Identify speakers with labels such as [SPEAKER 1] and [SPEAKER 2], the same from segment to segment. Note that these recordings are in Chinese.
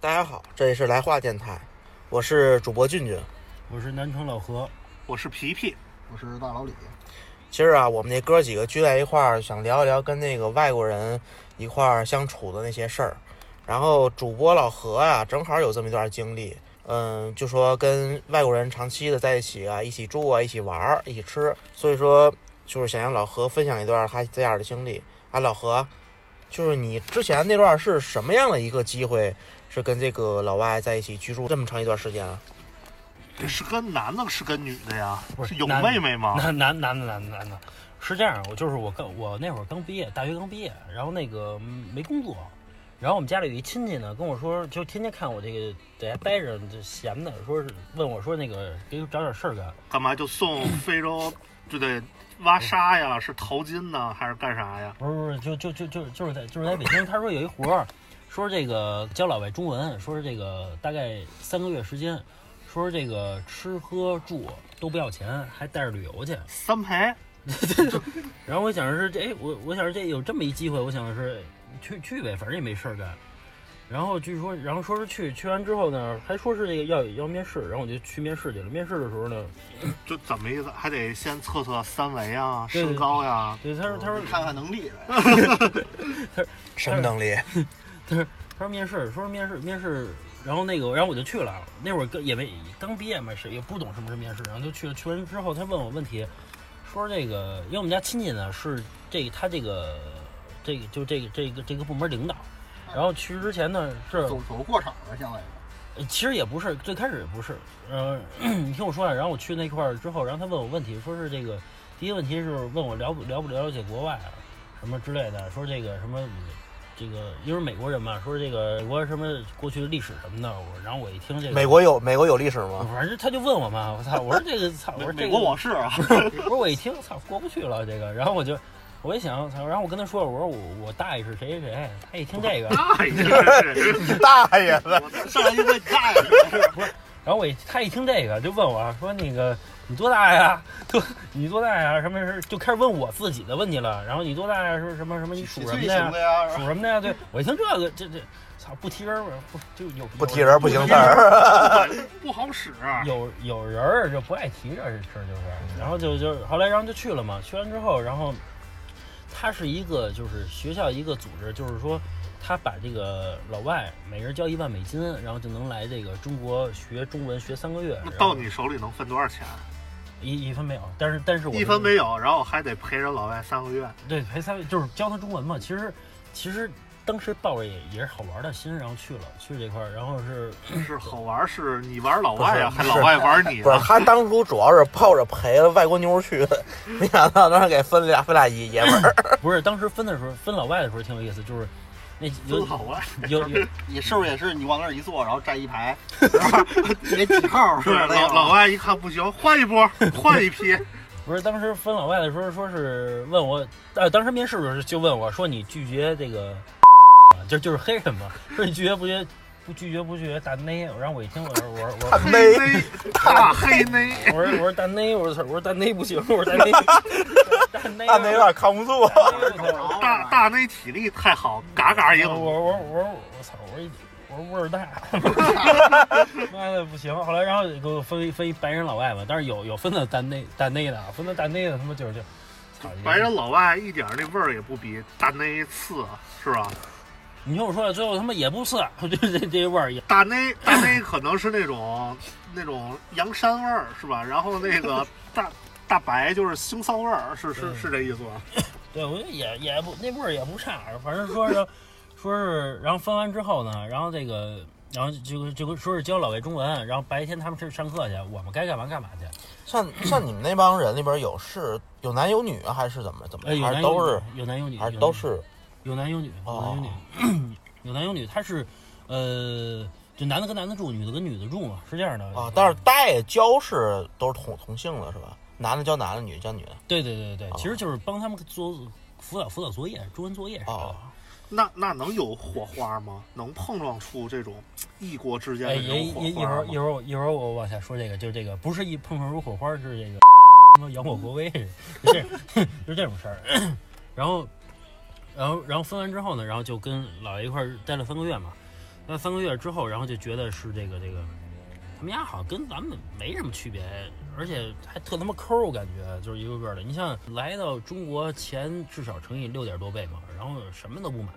[SPEAKER 1] 大家好，这里是来话电台，我是主播俊俊。
[SPEAKER 2] 我是南城老何，
[SPEAKER 3] 我是皮皮，
[SPEAKER 4] 我是大老李，
[SPEAKER 1] 今儿啊，我们这哥几个聚在一块儿，想聊一聊跟那个外国人一块儿相处的那些事儿。然后主播老何啊，正好有这么一段经历，嗯，就说跟外国人长期的在一起啊，一起住啊，一起玩儿，一起吃，所以说就是想让老何分享一段他这样的经历啊。老何，就是你之前那段是什么样的一个机会，是跟这个老外在一起居住这么长一段时间啊？
[SPEAKER 3] 是跟男的，是跟女的呀？
[SPEAKER 2] 不是
[SPEAKER 3] 有
[SPEAKER 2] 男
[SPEAKER 3] 妹妹吗？
[SPEAKER 2] 男男男的男的男的，是这样，我就是我刚我那会儿刚毕业，大学刚毕业，然后那个嗯没工作，然后我们家里有一亲戚呢跟我说，就天天看我这个在家待着就闲的，说是问我说那个给我找点事儿干，
[SPEAKER 3] 干嘛就送非洲，就得挖
[SPEAKER 2] 嗯
[SPEAKER 3] 沙呀？是淘金呢，还是干啥呀？
[SPEAKER 2] 不是不是就就就就就是在就是在北京，他说有一活儿，说这个教老外中文，说是这个大概三个月时间，说是这个吃喝住都不要钱，还带着旅游去。
[SPEAKER 3] 三陪
[SPEAKER 2] 然后我想着是这，哎，我我想着这有这么一机会，我想着是哎去去呗，反正也没事儿干。然后据说，然后说是去，去完之后呢，还说是这个要要面试，然后我就去面试去了。面试的时候呢，
[SPEAKER 3] 就怎么意思？还得先测测三围啊，
[SPEAKER 2] 对对
[SPEAKER 3] 身高呀。
[SPEAKER 2] 对他说他说
[SPEAKER 4] 看看能力 呗。
[SPEAKER 1] 什么能力？
[SPEAKER 2] 他说面试，说是面试面试，然后那个，然后我就去了。啊那会儿刚也没刚毕业嘛，是也不懂什么是面试，然后就去了。去完之后，他问我问题，说这个，因为我们家亲戚呢是这个他这个这个就这个这个这个部门领导，然后去之前呢是
[SPEAKER 4] 走走过场了，相当于。
[SPEAKER 2] 呃其实也不是，最开始也不是。呃， 你听我说啊，然后我去那块儿之后，然后他问我问题，说是这个第一个问题是问我了不了不了解国外啊，什么之类的，说这个什么这个因为美国人嘛，说这个美国什么过去的历史什么的，我然后我一听这个
[SPEAKER 1] 美，国有美国有历史吗？
[SPEAKER 2] 反正他就问我嘛，我操，我说这个操，我
[SPEAKER 3] 美
[SPEAKER 2] 说
[SPEAKER 3] 美
[SPEAKER 2] 这
[SPEAKER 3] 国
[SPEAKER 2] 个
[SPEAKER 3] 往事 啊，
[SPEAKER 2] 不是我一听，操，过不去了这个，然后我就我一想，操，然后我跟他说，我说我我大爷是谁谁谁，他一听这个，
[SPEAKER 3] 大爷，哎这
[SPEAKER 1] 你大爷的！
[SPEAKER 3] 是上来就问大 爷，这是
[SPEAKER 2] 然后我一他一听这个就问我啊说那个你多大呀？ 多你多大呀？什么事？就开始问我自己的问题了。然后你多大呀？说什么什么？你属
[SPEAKER 4] 几
[SPEAKER 2] 什么
[SPEAKER 4] 岁
[SPEAKER 2] 的
[SPEAKER 4] 行
[SPEAKER 2] 呀？
[SPEAKER 4] 的呀？
[SPEAKER 2] 属什么的呀？对我一听这个，这这操不提人儿不就有
[SPEAKER 1] 不提人不行事儿。
[SPEAKER 3] 不好使。啊
[SPEAKER 2] 有有人儿就不爱提这事儿，就是，然后就就后来然后就去了嘛，去完之后，然后他是一个就是学校一个组织，就是说他把这个老外每人交一万美金，然后就能来这个中国学中文学三个月。
[SPEAKER 3] 那
[SPEAKER 2] 然
[SPEAKER 3] 到
[SPEAKER 2] 后
[SPEAKER 3] 你手里能分多少钱？
[SPEAKER 2] 一一分没有，但是但是我
[SPEAKER 3] 一分没有，然后还得陪人老外三个月。
[SPEAKER 2] 对陪三就是教他中文嘛。其实其实当时抱着也也是好玩的心，然后去了去这块儿，然后是
[SPEAKER 3] 是好玩，是你玩老外呀，
[SPEAKER 1] 不
[SPEAKER 3] 还
[SPEAKER 1] 是
[SPEAKER 3] 老外玩你啊
[SPEAKER 1] 不是
[SPEAKER 3] 呢？
[SPEAKER 1] 他当初主要是抱着陪外国妞儿去 的，没想到当时给分俩分俩爷爷们 儿。
[SPEAKER 2] 不是当时分的时候分老外的时候挺有意思，就是那有
[SPEAKER 3] 真好玩。
[SPEAKER 2] 有有
[SPEAKER 4] 你是不是也是你往那儿一坐，然后站一排，然后那几号是
[SPEAKER 3] 对，
[SPEAKER 4] 吧
[SPEAKER 3] 老老外一看不行，换一波，换 一批。
[SPEAKER 2] 不是当时分老外的时候说是问我，呃当时面试的时候就问我说你拒绝这个，就就是黑人嘛，说你拒绝不拒绝不拒绝不拒绝大内，然后我一听我说我说我说
[SPEAKER 1] 大内
[SPEAKER 3] 内，大黑内，
[SPEAKER 2] 我说我说大内，我说我说大内不行，我说 大内大内啊
[SPEAKER 1] 他那有点扛不住，哦
[SPEAKER 2] 我
[SPEAKER 3] 大大内体力太好，嘎嘎硬。
[SPEAKER 2] 我我我我操！我一我说味儿大， 妈的不行。后来然后给我分一分一白人老外嘛，但是有有分的大内大内的，啊分的大内的他妈就是就操你
[SPEAKER 3] 白人老外一点那味儿也不比大内次，啊是吧？
[SPEAKER 2] 你听我说，最后他妈也不色，就 这这味儿也
[SPEAKER 3] 大内大内可能是那种 那种洋山味儿，是吧？然后那个大大白就是腥臊味儿，是是是这意思吧？
[SPEAKER 2] 对，我觉得也也不那味儿也不差，反正说是说是，然后分完之后呢，然后这个然后就就就说是教老外中文，然后白天他们去上课去，我们该干嘛干嘛去。
[SPEAKER 1] 像像你们那帮人里边有是有男有女啊，还是怎么怎么
[SPEAKER 2] 呃，，有
[SPEAKER 1] 还
[SPEAKER 2] 男
[SPEAKER 1] 是
[SPEAKER 2] 有
[SPEAKER 1] 都
[SPEAKER 2] 女
[SPEAKER 1] 是
[SPEAKER 2] 有男有女，
[SPEAKER 1] 还是
[SPEAKER 2] 有
[SPEAKER 1] 都
[SPEAKER 2] 男
[SPEAKER 1] 是
[SPEAKER 2] 有男有女，有男有
[SPEAKER 1] 哦
[SPEAKER 2] 女， 有男有女，他是呃，就男的跟男的住，女的跟女的住嘛，是这样的
[SPEAKER 1] 啊？但是带教是都是同同性的是吧？男的教男的，女的教女的。
[SPEAKER 2] 对对对对
[SPEAKER 1] 哦
[SPEAKER 2] 对，其实就是帮他们做辅导辅导作业，中文作业啥
[SPEAKER 1] 哦
[SPEAKER 2] 的。
[SPEAKER 3] 那那能有火花吗？能碰撞出这种异国之间
[SPEAKER 2] 哎，
[SPEAKER 3] 的这
[SPEAKER 2] 也
[SPEAKER 3] 种
[SPEAKER 2] 也一
[SPEAKER 3] 火
[SPEAKER 2] 会
[SPEAKER 3] 花
[SPEAKER 2] 儿
[SPEAKER 3] 吗
[SPEAKER 2] 一？会儿我一会儿我往下说这个，就是这个不是一碰撞出火花，是 这个什么扬我国威，就这 就这种事儿。然后，然后然后分完之后呢，然后就跟姥爷一块儿待了三个月嘛。但三个月之后，然后就觉得是这个这个，他们家好像跟咱们没什么区别，而且还特他妈抠，感觉就是一个个的。你像来到中国前至少乘以六点多倍嘛，然后什么都不买，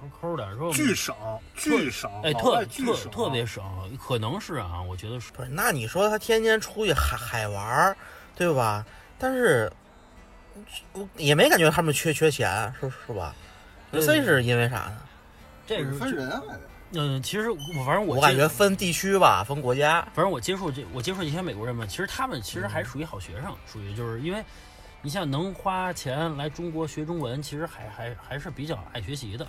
[SPEAKER 2] 抠抠的，说我们
[SPEAKER 3] 巨省，巨省，
[SPEAKER 2] 哎
[SPEAKER 3] 老外
[SPEAKER 2] 特
[SPEAKER 3] 巨啊
[SPEAKER 2] 特
[SPEAKER 3] 省，
[SPEAKER 2] 特别省，可能是啊，我觉得是。
[SPEAKER 1] 不是，那你说他天天出去海海玩儿，对吧？但是我也没感觉他们缺缺钱，是是吧？
[SPEAKER 2] 对
[SPEAKER 1] 这是因为啥呢？
[SPEAKER 2] 这是
[SPEAKER 4] 分人啊，
[SPEAKER 2] 嗯、其实我反正我
[SPEAKER 1] 我感
[SPEAKER 2] 接
[SPEAKER 1] 觉分地区吧，分国家。
[SPEAKER 2] 反正我接触这我接触这些美国人嘛，其实他们其实还属于好学生，属于就是因为，你像能花钱来中国学中文，其实还还还是比较爱学习的，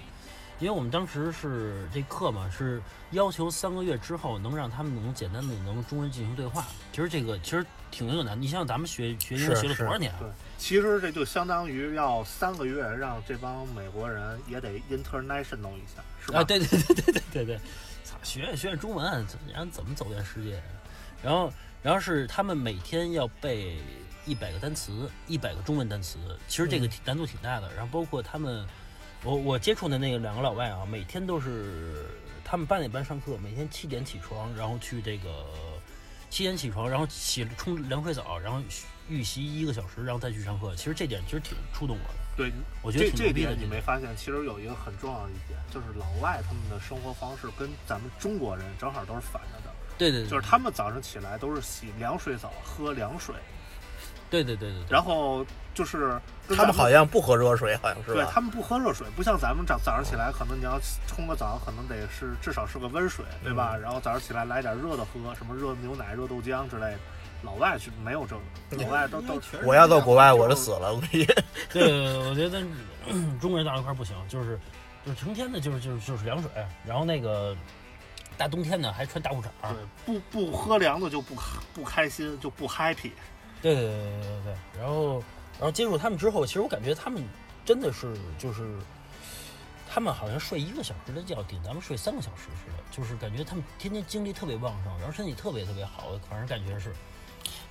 [SPEAKER 2] 因为我们当时是这课嘛，是要求三个月之后能让他们能简单的能中文进行对话，其实这个其实挺有难，你像咱们学学英文
[SPEAKER 1] 是
[SPEAKER 2] 学了
[SPEAKER 1] 是
[SPEAKER 2] 多少年啊？
[SPEAKER 3] 对，其实这就相当于要三个月，让这帮美国人也得 international 一下，是吧？
[SPEAKER 2] 啊，对对对对对对对，操，学学学中文，这然后怎么走遍世界呀？啊然后，然后是他们每天要背一百个单词，一百个中文单词，其实这个
[SPEAKER 1] 嗯
[SPEAKER 2] 挺难度挺大的。然后包括他们，我我接触的那个两个老外啊，每天都是他们八点半上课，每天七点起床，然后去这个七点起床，然后洗冲凉水澡，然后预习一个小时，然后再去上课。其实这点其实挺触动我的，
[SPEAKER 3] 对，
[SPEAKER 2] 我觉得
[SPEAKER 3] 这
[SPEAKER 2] 挺牛
[SPEAKER 3] 这
[SPEAKER 2] 逼的
[SPEAKER 3] 点。你没发现，其实有一个很重要的一点，就是老外他们的生活方式跟咱们中国人正好都是反着的，
[SPEAKER 2] 对对对，
[SPEAKER 3] 就是他们早上起来都是洗凉水澡，喝凉水，
[SPEAKER 2] 对对对对对，
[SPEAKER 3] 然后就是跟
[SPEAKER 1] 他
[SPEAKER 3] 咱
[SPEAKER 1] 们好像不喝热水，好像是
[SPEAKER 3] 对
[SPEAKER 1] 吧？
[SPEAKER 3] 他们不喝热水，不像咱们早早上起来，可能你要冲个澡，可能得是至少是个温水，对
[SPEAKER 1] 嗯
[SPEAKER 3] 吧？然后早上起来来点热的喝，什么热牛奶、热豆浆之类的。老外是没有这个，老外都都
[SPEAKER 1] 我要到国外我就
[SPEAKER 4] 就
[SPEAKER 1] 死了，我跟 你
[SPEAKER 2] 对，我觉得嗯中国人到一块儿不行，就是就是成天的，就是就是就是凉水，然后那个大冬天的还穿大裤衩儿
[SPEAKER 3] 对，啊不不喝凉的就不不开心，就不 happy。
[SPEAKER 2] 对对对对对对，然后然后接触他们之后，其实我感觉他们真的是就是。他们好像睡一个小时的觉，顶咱们睡三个小时似的，就是感觉他们天天精力特别旺盛，然后身体特别特别好，反正感觉是，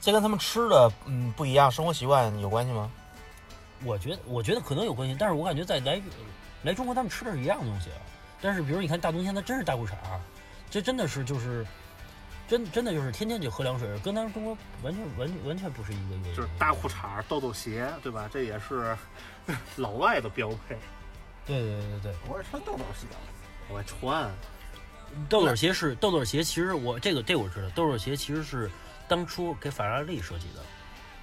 [SPEAKER 1] 这跟他们吃的嗯不一样，生活习惯有关系吗？
[SPEAKER 2] 我觉得我觉得可能有关系，但是我感觉在来来中国他们吃的是一样的东西啊。但是比如你看大冬天，他真是大裤衩儿，这真的是就是真真的就是天天就喝凉水，跟咱们中国完全完完全不是一个一个一个。
[SPEAKER 3] 就是大裤衩、豆豆鞋，对吧？这也是 老外的标配。
[SPEAKER 2] 对对对对，
[SPEAKER 4] 我是穿豆豆鞋，
[SPEAKER 3] 我穿，
[SPEAKER 1] 啊
[SPEAKER 2] 豆豆鞋是豆豆鞋，其实我这个这个我知道，豆豆鞋其实是当初给法拉利设计的。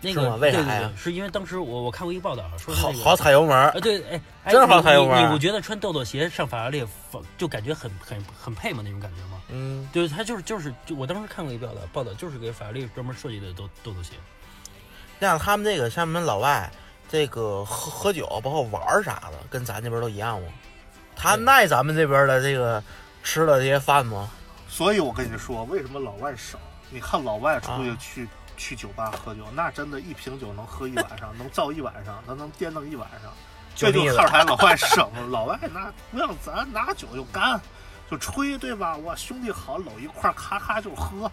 [SPEAKER 2] 那
[SPEAKER 1] 是
[SPEAKER 2] 个
[SPEAKER 1] 吗为啥
[SPEAKER 2] 对对对
[SPEAKER 1] 呀
[SPEAKER 2] 是因为当时我我看过一个报道，啊说是
[SPEAKER 1] 好
[SPEAKER 2] 那个
[SPEAKER 1] 好踩油门儿
[SPEAKER 2] 啊，，对，哎，哎
[SPEAKER 1] 真好
[SPEAKER 2] 你
[SPEAKER 1] 还有
[SPEAKER 2] 你
[SPEAKER 1] 味儿
[SPEAKER 2] 你不觉得穿豆豆鞋上法拉利，反就感觉很很很配吗？那种感觉吗？
[SPEAKER 1] 嗯，
[SPEAKER 2] 对，他就是就是，就我当时看过一个报道，报道就是给法拉利专门设计的豆豆豆鞋。
[SPEAKER 1] 像他们这个像我们老外，这个喝喝酒包括玩儿啥的，跟咱这边都一样吗？他
[SPEAKER 2] 对
[SPEAKER 1] 耐咱们这边的这个吃的这些饭吗？
[SPEAKER 3] 所以我跟你说，为什么老外少？你看老外出去
[SPEAKER 1] 啊
[SPEAKER 3] 去、去酒吧喝酒，那真的一瓶酒能喝一晚上，能造一晚上，能能颠弄一晚上。这就
[SPEAKER 1] 腻
[SPEAKER 3] 靠
[SPEAKER 1] 了，
[SPEAKER 3] 台老外省， 老外那不像咱拿酒就干，就吹对吧？哇，兄弟好，搂一块儿咔咔就喝。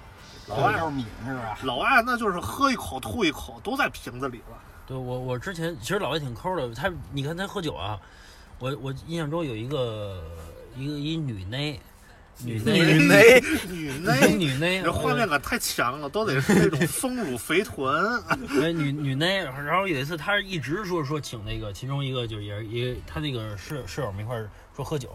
[SPEAKER 3] 老
[SPEAKER 4] 我
[SPEAKER 3] 外
[SPEAKER 4] 就是抿是吧？
[SPEAKER 3] 老外那就是喝一口吐一口，都在瓶子里了。
[SPEAKER 2] 对我我之前其实老外挺抠的，他你看他喝酒啊，我我印象中有一个一个一女内，女内
[SPEAKER 1] 女内
[SPEAKER 3] 女内，
[SPEAKER 2] 女内，
[SPEAKER 3] 你这画面感太强了，都得是那种 丰乳肥臀。啊
[SPEAKER 2] 哎，女女内，然后有一次她一直说说请那个其中一个就是也是也她那个室室友们一块儿说喝酒，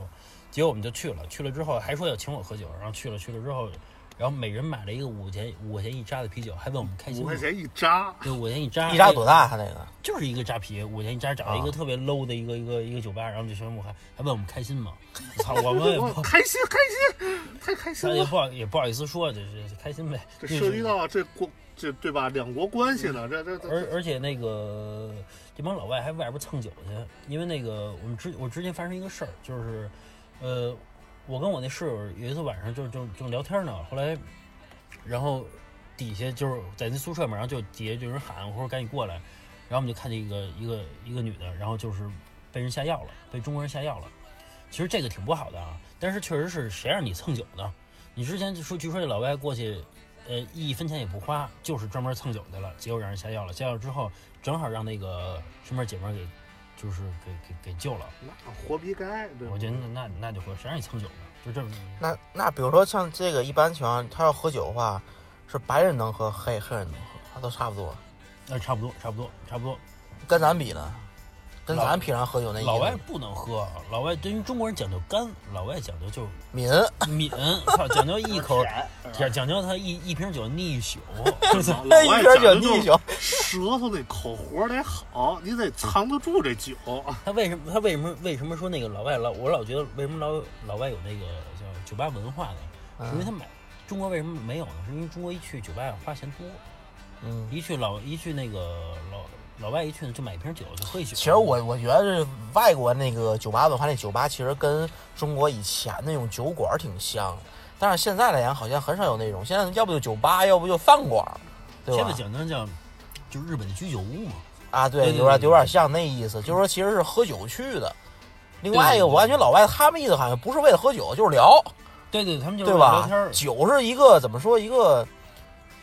[SPEAKER 2] 结果我们就去了，去了之后还说要请我喝酒，然后去了去了之后，然后每人买了一个五块钱五块钱一扎的啤酒，还问我们
[SPEAKER 1] 哎
[SPEAKER 2] 开心
[SPEAKER 3] 五
[SPEAKER 2] 吗
[SPEAKER 3] 块？钱一扎，
[SPEAKER 2] 对，五块钱一扎，
[SPEAKER 1] 一扎多大？他那个
[SPEAKER 2] 就是一个扎啤，五块钱一扎，找
[SPEAKER 3] 啊
[SPEAKER 2] 了一个特别 low 的一个一个一个酒吧，然后就宣布还还问我们开心 吗？操，我
[SPEAKER 3] 哎
[SPEAKER 2] 们也不
[SPEAKER 3] 我开心开心，太开心
[SPEAKER 2] 他也
[SPEAKER 3] 了。
[SPEAKER 2] 不好也不好意思说，就是开心呗。
[SPEAKER 3] 这
[SPEAKER 2] 就是
[SPEAKER 3] 涉及到啊这国这对吧？两国关系呢，这这这
[SPEAKER 2] 而而且那个这帮老外还外边蹭酒去，因为那个我们之我之前发生一个事儿，就是，呃，我跟我那室友有一次晚上就就正聊天呢，后来，然后底下就是在那宿舍嘛，然后就底下就有人喊我说赶紧过来，然后我们就看见一个一个一个女的，然后就是被人下药了，被中国人下药了。其实这个挺不好的啊，但是确实是谁让你蹭酒呢？你之前就说，据说这老外过去，呃，一分钱也不花，就是专门蹭酒去了，结果让人下药了。下药之后，正好让那个身边姐们儿给就是给给给救了。
[SPEAKER 3] 那啊活逼该，对吧
[SPEAKER 2] 我？觉得那那那就会，谁让你蹭酒呢？就这么
[SPEAKER 1] 那那比如说像这个一般情况，他要喝酒的话，是白人能喝，黑黑人能喝，他都差不多。
[SPEAKER 2] 那差不多，差不多，差不多。
[SPEAKER 1] 跟咱比呢，跟
[SPEAKER 2] 老
[SPEAKER 1] 咱平常喝酒那意
[SPEAKER 2] 老外
[SPEAKER 1] 思
[SPEAKER 2] 不能喝，啊老外对于中国人讲究干，老外讲究就
[SPEAKER 1] 抿，
[SPEAKER 2] 抿，操，讲究一 口，
[SPEAKER 4] 舔
[SPEAKER 2] 讲讲究他一一瓶酒腻一宿，
[SPEAKER 3] 啊 老
[SPEAKER 1] 那
[SPEAKER 3] 老
[SPEAKER 1] 一
[SPEAKER 3] 外
[SPEAKER 1] 瓶酒
[SPEAKER 3] 讲究
[SPEAKER 1] 腻
[SPEAKER 3] 就
[SPEAKER 1] 酒，
[SPEAKER 3] 舌头那口活得好，你得藏得住这 酒。
[SPEAKER 2] 他为什么他为什么为什么说那个老外老我老觉得为什么老老外有那个叫酒吧文化呢？是因
[SPEAKER 1] 嗯
[SPEAKER 2] 为他买中国为什么没有呢？是因为中国一去酒吧花钱多，
[SPEAKER 1] 嗯。
[SPEAKER 2] 一去老一去那个老老外一去呢就买一瓶酒就喝一宿。
[SPEAKER 1] 其实我我觉得是外国那个酒吧文化，那酒吧其实跟中国以前那种酒馆儿挺像的，但是现在来讲好像很少有那种，现在要不就酒吧，要不就饭馆儿，对
[SPEAKER 2] 现
[SPEAKER 1] 吧
[SPEAKER 2] 在？讲究叫就日本的居酒屋嘛，
[SPEAKER 1] 啊，对，
[SPEAKER 2] 对对
[SPEAKER 1] 有点
[SPEAKER 2] 对
[SPEAKER 1] 有点像那意思，就是说其实是喝酒去的。另外一
[SPEAKER 2] 对对
[SPEAKER 1] 个，
[SPEAKER 2] 对
[SPEAKER 1] 我感觉老外他们意思好像不是为了喝酒，就是聊，
[SPEAKER 2] 对对，他们就是
[SPEAKER 1] 对
[SPEAKER 2] 聊
[SPEAKER 1] 吧
[SPEAKER 2] 天儿？。
[SPEAKER 1] 酒是一个怎么说一个，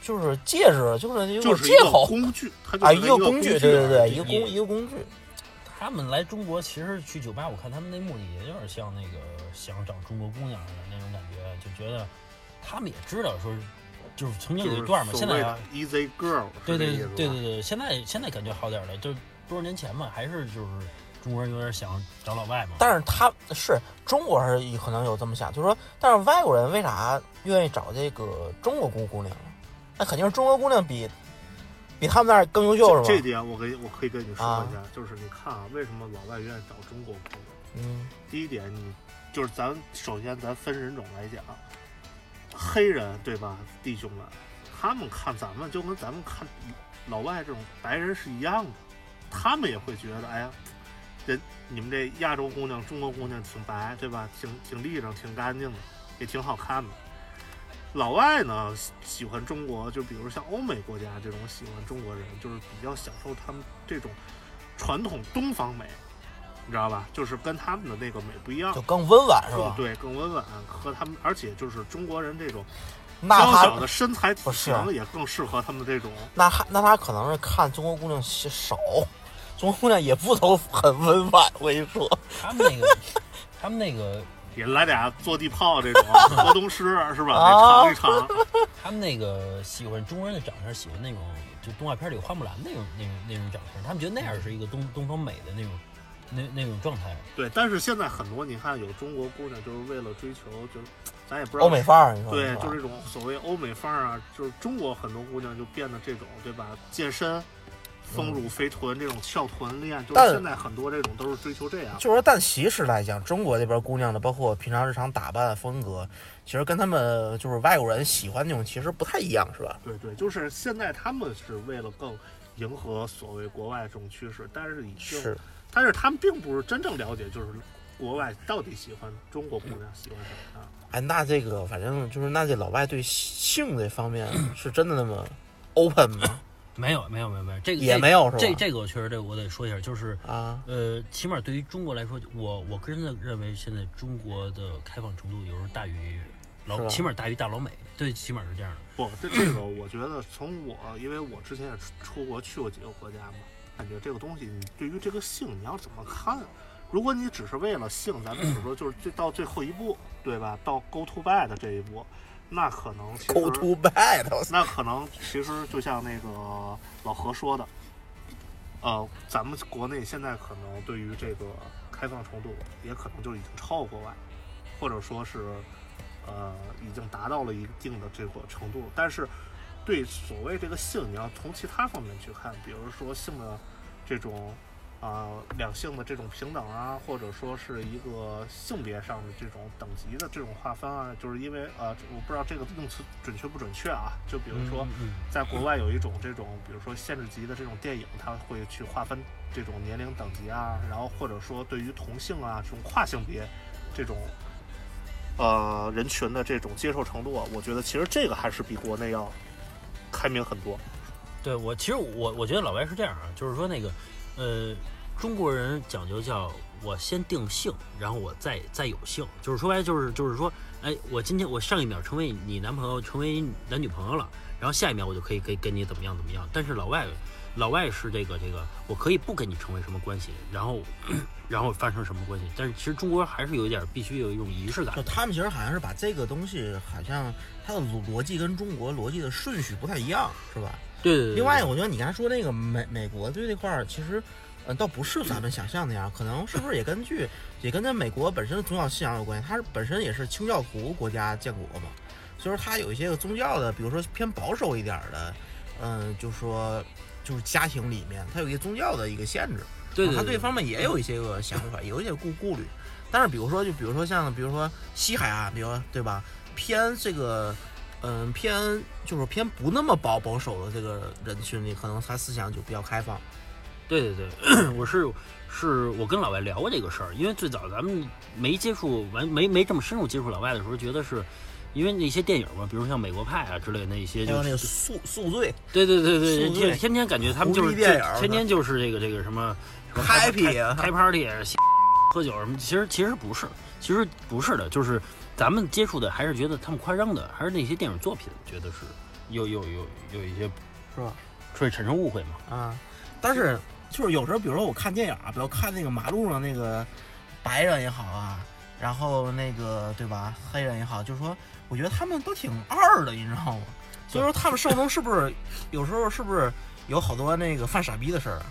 [SPEAKER 1] 就是介质，就是一
[SPEAKER 3] 就
[SPEAKER 1] 个
[SPEAKER 3] 是
[SPEAKER 1] 借
[SPEAKER 3] 一个
[SPEAKER 1] 口
[SPEAKER 3] 工具，它就
[SPEAKER 1] 啊，
[SPEAKER 3] 是
[SPEAKER 1] 一
[SPEAKER 3] 一
[SPEAKER 1] 个
[SPEAKER 3] 个
[SPEAKER 1] 工具，
[SPEAKER 3] 具，
[SPEAKER 1] 对对对，一
[SPEAKER 2] 也
[SPEAKER 1] 个工一个工具。
[SPEAKER 2] 他们来中国其实去酒吧，我看他们那目的也有点像那个想找中国姑娘的那种感觉，就觉得他们也知道说，就是曾经
[SPEAKER 3] 就
[SPEAKER 2] 有
[SPEAKER 3] 是
[SPEAKER 2] 一段嘛，
[SPEAKER 3] 所
[SPEAKER 2] 现
[SPEAKER 3] 谓
[SPEAKER 2] 在
[SPEAKER 3] 的 easy girl，
[SPEAKER 2] 对
[SPEAKER 3] 是这
[SPEAKER 2] 对对
[SPEAKER 3] 意思吧
[SPEAKER 2] 对对对，现在现在感觉好点了，就多少年前嘛，还是就是中国人有点想找老外嘛。
[SPEAKER 1] 但是他是中国人，可能有这么想，就是说，但是外国人为啥愿意找这个中国姑姑娘？那肯定是中国姑娘比比他们那儿更优秀，是
[SPEAKER 3] 这这
[SPEAKER 1] 吧？
[SPEAKER 3] 点我跟我可以跟你说一下，就是你看啊，为什么老外愿意找中国朋友？
[SPEAKER 1] 嗯
[SPEAKER 3] 第一点，你就是咱首先咱分人种来讲，黑人对吧，弟兄们，他们看咱们就跟咱们看老外这种白人是一样的，他们也会觉得，哎呀，人你们这亚洲姑娘、中国姑娘挺白对吧，挺挺立正、挺干净的，也挺好看的。老外呢喜喜欢中国，就比如像欧美国家这种喜欢中国人，就是比较享受他们这种传统东方美，你知道吧？就是跟他们的那个美不一样
[SPEAKER 1] 就，更温婉是
[SPEAKER 3] 更
[SPEAKER 1] 吧？
[SPEAKER 3] 对更温婉，和他们，而且就是中国人这种
[SPEAKER 1] 那
[SPEAKER 3] 娇
[SPEAKER 1] 他
[SPEAKER 3] 小的身材体
[SPEAKER 1] 不是
[SPEAKER 3] 型也更适合他们这种。
[SPEAKER 1] 那他那他可能是看中国姑娘少，中国姑娘也不都很温婉，我跟你说，
[SPEAKER 2] 他们那个，他们那个，
[SPEAKER 3] 也来俩坐地炮这种啊河东狮是吧？
[SPEAKER 1] 啊
[SPEAKER 3] 得尝一尝。
[SPEAKER 2] 他们那个喜欢中国人的长相，喜欢那种就动画片里有花木兰那种那种那种长相，他们觉得那样是一个东东方美的那种那那种状态。
[SPEAKER 3] 对，但是现在很多你看有中国姑娘就是为了追求，就是咱也不知道
[SPEAKER 1] 欧美范儿，你说
[SPEAKER 3] 对
[SPEAKER 1] 是，吧
[SPEAKER 3] 就是这种所谓欧美范儿啊，就是中国很多姑娘就变得这种，对吧？健身、丰乳肥臀这种翘臀练，就
[SPEAKER 1] 嗯但
[SPEAKER 3] 是现在很多这种都是追求这样。
[SPEAKER 1] 就是说，但其实来讲，中国这边姑娘的，包括平常日常打扮风格，其实跟他们就是外国人喜欢那种其实不太一样，是吧？
[SPEAKER 3] 对对，就是现在他们是为了更迎合所谓国外这种趋势，但是已经，
[SPEAKER 1] 是，
[SPEAKER 3] 但是他们并不是真正了解，就是国外到底喜欢中国姑娘喜欢什么啊样。
[SPEAKER 1] 哎，那这个反正就是那这老外对性这方面是真的那么 open 吗？
[SPEAKER 2] 没有没有没有没有，这个
[SPEAKER 1] 也
[SPEAKER 2] 这
[SPEAKER 1] 没有是吧
[SPEAKER 2] 这这个我确实这个我得说一下，就是
[SPEAKER 1] 啊，
[SPEAKER 2] 呃，起码对于中国来说，我我个人的认为，现在中国的开放程度有时候大于
[SPEAKER 1] 是
[SPEAKER 2] 老，
[SPEAKER 1] 吧
[SPEAKER 2] 起码大于大老美，对，起码是这样的。
[SPEAKER 3] 不，这这个我觉得从我，因为我之前也出出国去过几个国家嘛，感觉这个东西，你对于这个性你要怎么看？如果你只是为了性，咱们只说就是最到最后一步，对吧？到 go to bed 这一步，那可能其实
[SPEAKER 1] go to bed，我操
[SPEAKER 3] 那可能其实就像那个老何说的，呃，咱们国内现在可能对于这个开放程度，也可能就已经超过外，或者说是呃已经达到了一定的这个程度。但是对所谓这个性，你要从其他方面去看，比如说性的这种。啊、两性的这种平等啊，或者说是一个性别上的这种等级的这种划分啊，就是因为呃，我不知道这个用词准确不准确啊。就比如说，
[SPEAKER 2] 嗯嗯
[SPEAKER 3] 在国外有一种这种，比如说限制级的这种电影，它会去划分这种年龄等级啊，然后或者说对于同性啊这种跨性别这种呃人群的这种接受程度啊，我觉得其实这个还是比国内要开明很多。
[SPEAKER 2] 对我其实我我觉得老外是这样啊，就是说那个，呃，中国人讲究叫我先定性，然后我再再有性，就是说白了就是就是说，哎，我今天我上一秒成为你男朋友，成为男女朋友了，然后下一秒我就可以跟跟你怎么样怎么样。但是老外老外是这个这个，我可以不跟你成为什么关系，然后然后发生什么关系，但是其实中国还是有一点必须有一种仪式感
[SPEAKER 1] 就。他们其实好像是把这个东西，好像它的逻逻辑跟中国逻辑的顺序不太一样，是吧？
[SPEAKER 2] 对对对。
[SPEAKER 1] 另外，我觉得你刚才说那个美美国对这块儿，其实，呃，倒不是咱们想象那样，可能是不是也根据也跟咱美国本身的宗教信仰有关系？它是本身也是清教徒国家建国嘛，所以说它有一些个宗教的，比如说偏保守一点儿的，嗯、就说就是家庭里面它有一些宗教的一个限制。
[SPEAKER 2] 对对
[SPEAKER 1] 他
[SPEAKER 2] 对
[SPEAKER 1] 对这方面也有一些个想法，有一些顾顾虑。但是比如说，就比如说像，比如说西海岸，比如说对吧，偏这个，嗯，偏就是偏不那么保保守的这个人群里，可能他思想就比较开放。
[SPEAKER 2] 对对对， 我是是我跟老外聊过这个事儿，因为最早咱们没接触完，没没这么深入接触老外的时候，觉得是因为那些电影嘛，比如像《美国派》啊之类的那一些，
[SPEAKER 1] 还有
[SPEAKER 2] 就
[SPEAKER 1] 那个
[SPEAKER 2] 是
[SPEAKER 1] 宿宿醉
[SPEAKER 2] 对对对对，
[SPEAKER 1] 宿
[SPEAKER 2] 就
[SPEAKER 1] 醉
[SPEAKER 2] 天天感觉他们
[SPEAKER 1] 胡
[SPEAKER 2] 就
[SPEAKER 1] 逼
[SPEAKER 2] 是
[SPEAKER 1] 电
[SPEAKER 2] 就
[SPEAKER 1] 影儿
[SPEAKER 2] 天
[SPEAKER 1] 呢
[SPEAKER 2] 天就是这个这个什么什么开
[SPEAKER 1] ，happy
[SPEAKER 2] 开
[SPEAKER 1] 啊
[SPEAKER 2] 开 party、喝酒什么，其实其实不是，其实不是的，就是咱们接触的还是觉得他们夸张的，还是那些电影作品，觉得是有有有有一些
[SPEAKER 1] 是吧？
[SPEAKER 2] 会产生误会嘛。
[SPEAKER 1] 啊。但是就是有时候，比如说我看电影啊，比如看那个马路上那个白人也好啊，然后那个对吧，黑人也好，就是说，我觉得他们都挺二的，你知道吗？所以说他们生活中是不是有时候是不是有好多那个犯傻逼的事儿啊？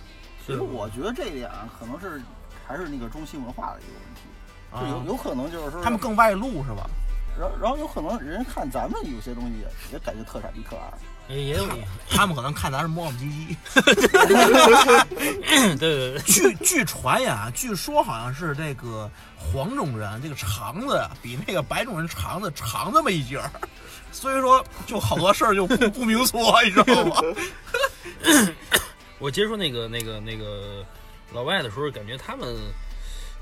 [SPEAKER 4] 其实我觉得这一点啊可能是还是那个中西文化的一个问题，
[SPEAKER 1] 啊
[SPEAKER 4] 就有有可能就是说
[SPEAKER 1] 他们，更外露是吧？
[SPEAKER 4] 然后然后有可能人家看咱们有些东西也也感觉特傻逼特二，
[SPEAKER 2] 也也有，
[SPEAKER 1] 他们可能看咱是磨磨唧唧。
[SPEAKER 2] 对对对，
[SPEAKER 1] 据据传言啊，据说好像是这个黄种人这个肠子呀比那个白种人肠子长这么一截儿，所以说就好多事儿就不不明说，你知道吗？
[SPEAKER 2] 我接触那个那个那个老外的时候，感觉他们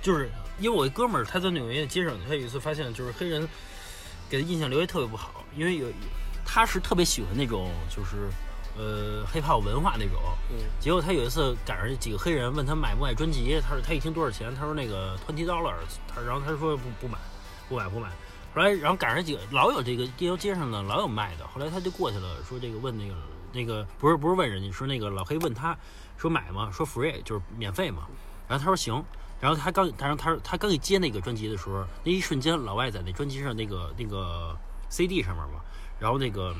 [SPEAKER 2] 就是因为我一哥们儿他在纽约街上，他有一次发现就是黑人给他印象留下特别不好，因为有他是特别喜欢那种就是呃 hiphop 文化那种，结果他有一次赶上几个黑人问他买不买专辑，他说他一听多少钱，他说那个 twenty dollars，他然后他说不不买，不买不买。后来，然后赶上几个老有这个这条街上呢，老有卖的。后来他就过去了，说这个问那个那个不是不是问人家，说那个老黑问他说买吗？说 free 就是免费嘛。然后他说行。然后他刚，然后他他刚一接那个专辑的时候，那一瞬间老外在那专辑上那个那个 CD 上面嘛，然后那个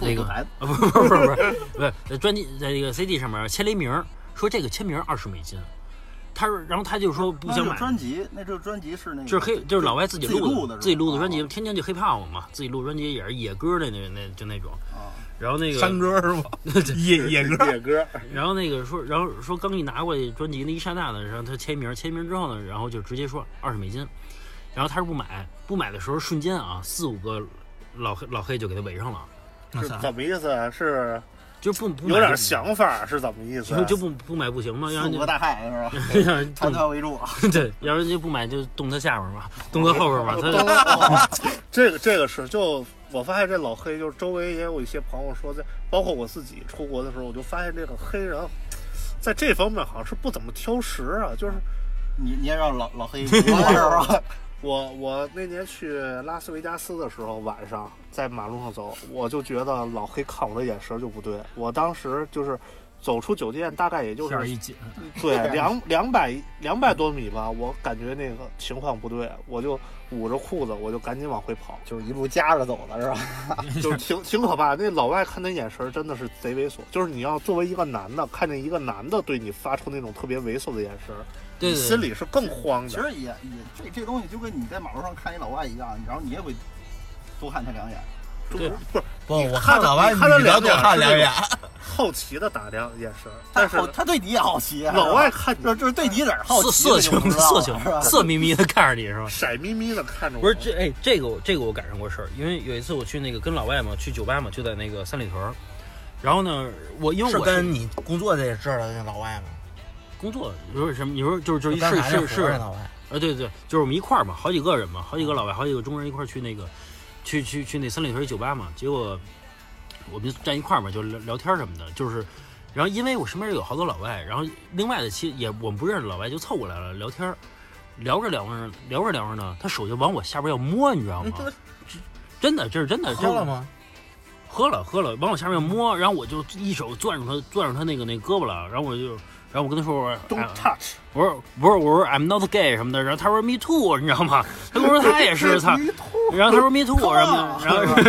[SPEAKER 2] 那个
[SPEAKER 4] 男
[SPEAKER 2] 啊不不不不不不是在专辑在那个 CD 上面签了一名儿，说这个签名二十美金。他说，然后他就说不
[SPEAKER 4] 那
[SPEAKER 2] 想
[SPEAKER 4] 这
[SPEAKER 2] 买
[SPEAKER 4] 个。专辑，那这个专辑是那个
[SPEAKER 2] 就是黑，就是老外自己
[SPEAKER 4] 自己
[SPEAKER 2] 录
[SPEAKER 4] 录的是吧哦
[SPEAKER 2] 自己录的专辑，天天就 hiphop 嘛，自己录专辑也是野歌的那那就那种。
[SPEAKER 4] 啊，
[SPEAKER 2] 然后那个，
[SPEAKER 1] 山歌是吧？野野歌，
[SPEAKER 3] 野哥，
[SPEAKER 2] 然后那个说，然后说刚一拿过去专辑那一刹那呢，然后他签名，签名之后呢，然后就直接说二十美金，然后他说不买，不买的时候瞬间啊，四五个老黑老黑就给他围上了，
[SPEAKER 1] 我
[SPEAKER 3] 是
[SPEAKER 1] 操
[SPEAKER 3] 怎么意思啊？是
[SPEAKER 2] 就不不买
[SPEAKER 3] 有点
[SPEAKER 2] 就
[SPEAKER 3] 想法是怎么意思啊？
[SPEAKER 2] 就就不不买不行吗？
[SPEAKER 4] 四
[SPEAKER 2] 让人
[SPEAKER 4] 五个
[SPEAKER 2] 家
[SPEAKER 4] 大汉是吧？
[SPEAKER 2] 让人动
[SPEAKER 4] 团团围住，
[SPEAKER 2] 对，要人家不买就动他下边嘛，动他后边 嘛， 他
[SPEAKER 3] 这个这个是就我发现这老黑，就是周围也有一些朋友说在，包括我自己出国的时候，我就发现这个黑人在这方面好像是不怎么挑食啊。就是
[SPEAKER 4] 你你也让老 老黑围过是吧？
[SPEAKER 3] 我我那年去拉斯维加斯的时候，晚上在马路上走，我就觉得老黑看我的眼神就不对。我当时就是走出酒店，大概也就
[SPEAKER 2] 下
[SPEAKER 3] 是
[SPEAKER 2] 一紧，
[SPEAKER 3] 对，两两百两百多米吧，我感觉那个情况不对，我就捂着裤子，我就赶紧往回跑，
[SPEAKER 4] 就是一路夹着走的是吧？
[SPEAKER 3] 就是挺挺可怕。那老外看那眼神真的是贼猥琐，就是你要作为一个男的，看见一个男的对你发出那种特别猥琐的眼神，
[SPEAKER 2] 对对
[SPEAKER 3] 你心
[SPEAKER 2] 对，
[SPEAKER 3] 里是更慌
[SPEAKER 4] 其
[SPEAKER 3] 的。
[SPEAKER 4] 实也也这这东西就跟你在马路上看一老外一样，然后你也会多看他两眼。
[SPEAKER 2] 对
[SPEAKER 3] 不是
[SPEAKER 1] 不，我
[SPEAKER 3] 看
[SPEAKER 1] 老
[SPEAKER 3] 到
[SPEAKER 1] 外
[SPEAKER 3] 你看到
[SPEAKER 1] 女的
[SPEAKER 3] 两
[SPEAKER 1] 多
[SPEAKER 3] 眼
[SPEAKER 1] 看
[SPEAKER 3] 是
[SPEAKER 1] 两
[SPEAKER 3] 那
[SPEAKER 1] 眼，
[SPEAKER 3] 好奇的打量眼神，
[SPEAKER 4] 他
[SPEAKER 3] 但是
[SPEAKER 4] 好，他对你也好奇，
[SPEAKER 3] 老外看
[SPEAKER 4] 这
[SPEAKER 3] 你
[SPEAKER 4] 这是对你哪儿好
[SPEAKER 2] 色色
[SPEAKER 4] 奇？
[SPEAKER 2] 情
[SPEAKER 4] 这就不知道
[SPEAKER 2] 色
[SPEAKER 4] 了
[SPEAKER 2] 情
[SPEAKER 4] 是吧？
[SPEAKER 2] 色眯眯的看着你是吧？
[SPEAKER 3] 色眯眯的看着我，
[SPEAKER 2] 不是这哎，这个我这个我赶上过事儿，因为有一次我去那个跟老外嘛，去酒吧嘛，就在那个三里屯儿。然后呢，我因为
[SPEAKER 1] 是
[SPEAKER 2] 我
[SPEAKER 1] 跟你工作这事儿的那老外吗？
[SPEAKER 2] 工作，你说什么？你说就是就是一
[SPEAKER 1] 刚才
[SPEAKER 2] 是是
[SPEAKER 1] 那活
[SPEAKER 2] 是
[SPEAKER 1] 着老外，
[SPEAKER 2] 啊，对对，就是我们一块儿嘛，好几个人嘛，好几个老外，好几个中国人一块儿去那个，去去去那三里屯儿酒吧嘛。结果我们就站一块儿嘛，就聊聊天儿什么的，就是，然后因为我身边有好多老外，然后另外的其实也我们不认识老外，就凑过来了聊天儿，聊着聊着聊着聊着呢，他手就往我下边要摸，你知道吗？真的，这是真的，这
[SPEAKER 1] 喝了吗？
[SPEAKER 2] 喝了喝了，往我下面摸，然后我就一手攥住他攥住他那个那胳膊了，然后我就，然后我跟他说我说、哎
[SPEAKER 3] Don't touch，
[SPEAKER 2] 我说不是我说 I'm not gay 什么的，然后他说 me too，你知道吗？他跟我说他也 是他，
[SPEAKER 4] 你吐
[SPEAKER 2] 然后他说 me too
[SPEAKER 4] 靠
[SPEAKER 2] 什么的，然后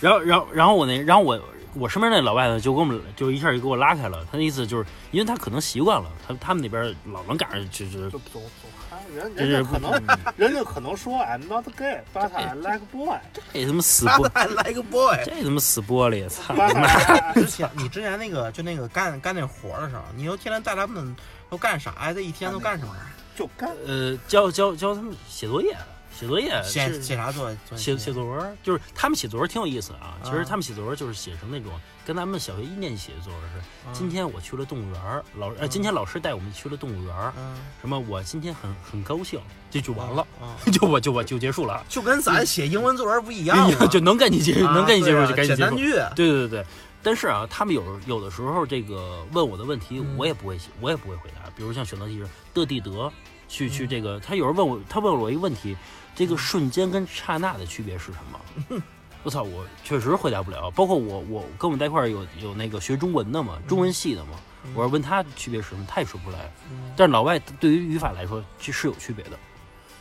[SPEAKER 2] 然后然后然后我那然后我我身边那老外呢就给我们就一下就给我拉开了，他的意思就是因为他可能习惯了，他他们那边老能赶上就就
[SPEAKER 3] 就走走开，人
[SPEAKER 2] 这
[SPEAKER 3] 人
[SPEAKER 2] 是哎
[SPEAKER 3] 家可能人家可能说 I'm not gay，but I like boy，
[SPEAKER 2] 这他妈死
[SPEAKER 4] 他
[SPEAKER 2] 玻
[SPEAKER 4] 还来个 boy，
[SPEAKER 2] 这他妈死玻璃，操！
[SPEAKER 3] but I
[SPEAKER 1] 之前你之前那个就那个干干那活儿的时候，你又天天带他们都干啥呀？这一天都干什么？
[SPEAKER 3] 就干
[SPEAKER 2] 呃，教教教他们写作业，写作业
[SPEAKER 1] 写
[SPEAKER 2] 是
[SPEAKER 1] 写啥作业？
[SPEAKER 2] 写写作文儿，就是他们写作文儿挺有意思啊。其实
[SPEAKER 1] 啊
[SPEAKER 2] 他们写作文儿就是写成那种跟咱们小学一年级写的作文儿似的。
[SPEAKER 1] 嗯
[SPEAKER 2] 今天我去了动物园儿，老呃，今天老师带我们去了动物园儿，
[SPEAKER 1] 嗯，
[SPEAKER 2] 什么我今天很很高兴，这就完了，
[SPEAKER 1] 嗯。
[SPEAKER 2] 就我就我就结束了，
[SPEAKER 1] 就跟咱写英文作文不一样吗，
[SPEAKER 2] 嗯 就能赶紧结能赶紧结
[SPEAKER 1] 啊对啊
[SPEAKER 2] 束就赶
[SPEAKER 1] 简
[SPEAKER 2] 紧结束
[SPEAKER 1] 单。句，
[SPEAKER 2] 对对对对。但是啊，他们有有的时候这个问我的问题，
[SPEAKER 1] 嗯
[SPEAKER 2] 我也不会写，我也不会回答。比如像选择题是的地得，
[SPEAKER 1] 嗯
[SPEAKER 2] 去去这个，他有人问我，他问了我一个问题，这个瞬间跟刹那的区别是什么？ 我操，我确实回答不了。包括我，我跟我们在一块儿有有那个学中文的嘛，中文系的嘛，我要问他区别是什么，他也说不出来。
[SPEAKER 1] 嗯
[SPEAKER 2] 但是老外对于语法来说，其实是有区别的，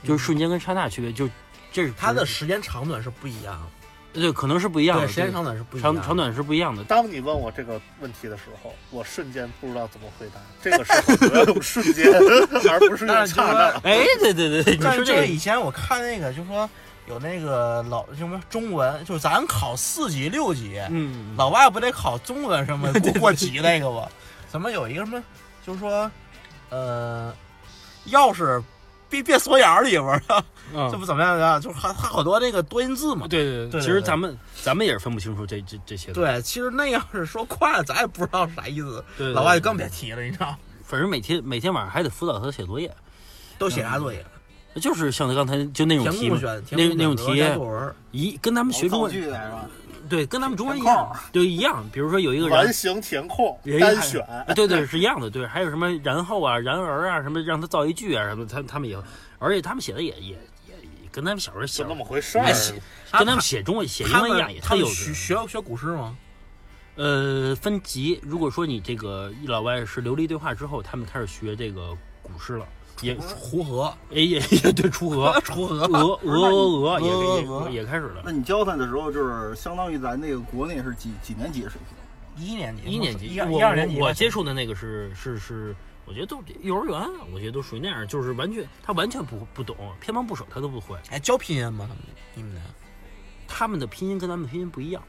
[SPEAKER 2] 就是瞬间跟刹那区别，就这是
[SPEAKER 1] 嗯它的时间长短是不一样的，
[SPEAKER 2] 对可能是嗯不一样的，
[SPEAKER 1] 对，时间长短是不一样
[SPEAKER 2] 长
[SPEAKER 1] 的，
[SPEAKER 2] 长短是不一样的。
[SPEAKER 3] 当你问我这个问题的时候，我瞬间不知道怎么回答。这个时候我要用瞬间， 而不是用刹那。
[SPEAKER 2] 哎，对对对对，你
[SPEAKER 1] 但
[SPEAKER 2] 说
[SPEAKER 1] 是
[SPEAKER 2] 这
[SPEAKER 1] 就是
[SPEAKER 2] 个
[SPEAKER 1] 以前我看那个，就说有那个老什么中文，就是咱考四级六级，
[SPEAKER 2] 嗯，
[SPEAKER 1] 老外不得考中文什么过过级那个吗？怎么有一个什么，就是说，呃，钥匙别别锁眼儿里边儿啊，
[SPEAKER 2] 嗯
[SPEAKER 1] 这不怎么样的，啊就是还还好多那个多音字嘛。
[SPEAKER 2] 对对
[SPEAKER 1] 对
[SPEAKER 2] 其
[SPEAKER 1] 对对
[SPEAKER 2] 实咱们咱们也是分不清楚这这这些的。
[SPEAKER 1] 对，其实那要是说快了，咱也不知道啥意思，
[SPEAKER 2] 对，对
[SPEAKER 1] 老外就
[SPEAKER 2] 对
[SPEAKER 1] 更别提了，你知道吗？
[SPEAKER 2] 反正每天每天晚上还得辅导他写作业，
[SPEAKER 1] 都写啥作业？
[SPEAKER 2] 就是像他刚才就那种
[SPEAKER 1] 填空
[SPEAKER 2] 题目，
[SPEAKER 1] 选，
[SPEAKER 2] 那
[SPEAKER 1] 填空
[SPEAKER 2] 那种
[SPEAKER 1] 选择
[SPEAKER 2] 题
[SPEAKER 1] 加作文，
[SPEAKER 2] 一跟咱们学中
[SPEAKER 4] 造句
[SPEAKER 2] 文，
[SPEAKER 4] 来着，
[SPEAKER 2] 对，跟咱们中文一
[SPEAKER 4] 填空
[SPEAKER 2] 样，对一样。比如说有一个
[SPEAKER 3] 完
[SPEAKER 2] 人。
[SPEAKER 3] 形填空
[SPEAKER 2] 有一个
[SPEAKER 3] 单
[SPEAKER 2] 还
[SPEAKER 3] 选，
[SPEAKER 2] 啊对对是一样的，对，还有什么然后啊、然而啊什么，让他造一句啊什么，他他们也，而且他们写的也也也也跟咱们小时候写
[SPEAKER 3] 就那么回事儿
[SPEAKER 2] 哎。行跟咱们写中文写英
[SPEAKER 1] 他
[SPEAKER 2] 文一样，也
[SPEAKER 1] 们他
[SPEAKER 2] 特
[SPEAKER 1] 们
[SPEAKER 2] 有趣
[SPEAKER 1] 学学学古诗 吗？
[SPEAKER 2] 呃，分级。如果说你这个一老外是流利对话之后，他们开始学这个古诗了，也
[SPEAKER 1] 锄 禾，，
[SPEAKER 2] 哎也也对锄禾
[SPEAKER 1] 锄禾
[SPEAKER 2] 鹅，鹅鹅鹅
[SPEAKER 1] 呃鹅
[SPEAKER 2] 也
[SPEAKER 1] 鹅哎
[SPEAKER 2] 也也开始了
[SPEAKER 4] 那。你教他的时候，就是相当于咱那个国内是几几年级的水平？
[SPEAKER 1] 一年级，
[SPEAKER 2] 一年级，
[SPEAKER 1] 一二
[SPEAKER 2] 我
[SPEAKER 1] 一二年级吧，
[SPEAKER 2] 我接触的那个是是是，我觉得都是幼儿园，我觉得都属于那样，就是完全他完全不不懂，偏旁部首他都不会。
[SPEAKER 1] 哎，教拼音吗？他们你们
[SPEAKER 2] 他们的拼音跟咱们的拼音不一样，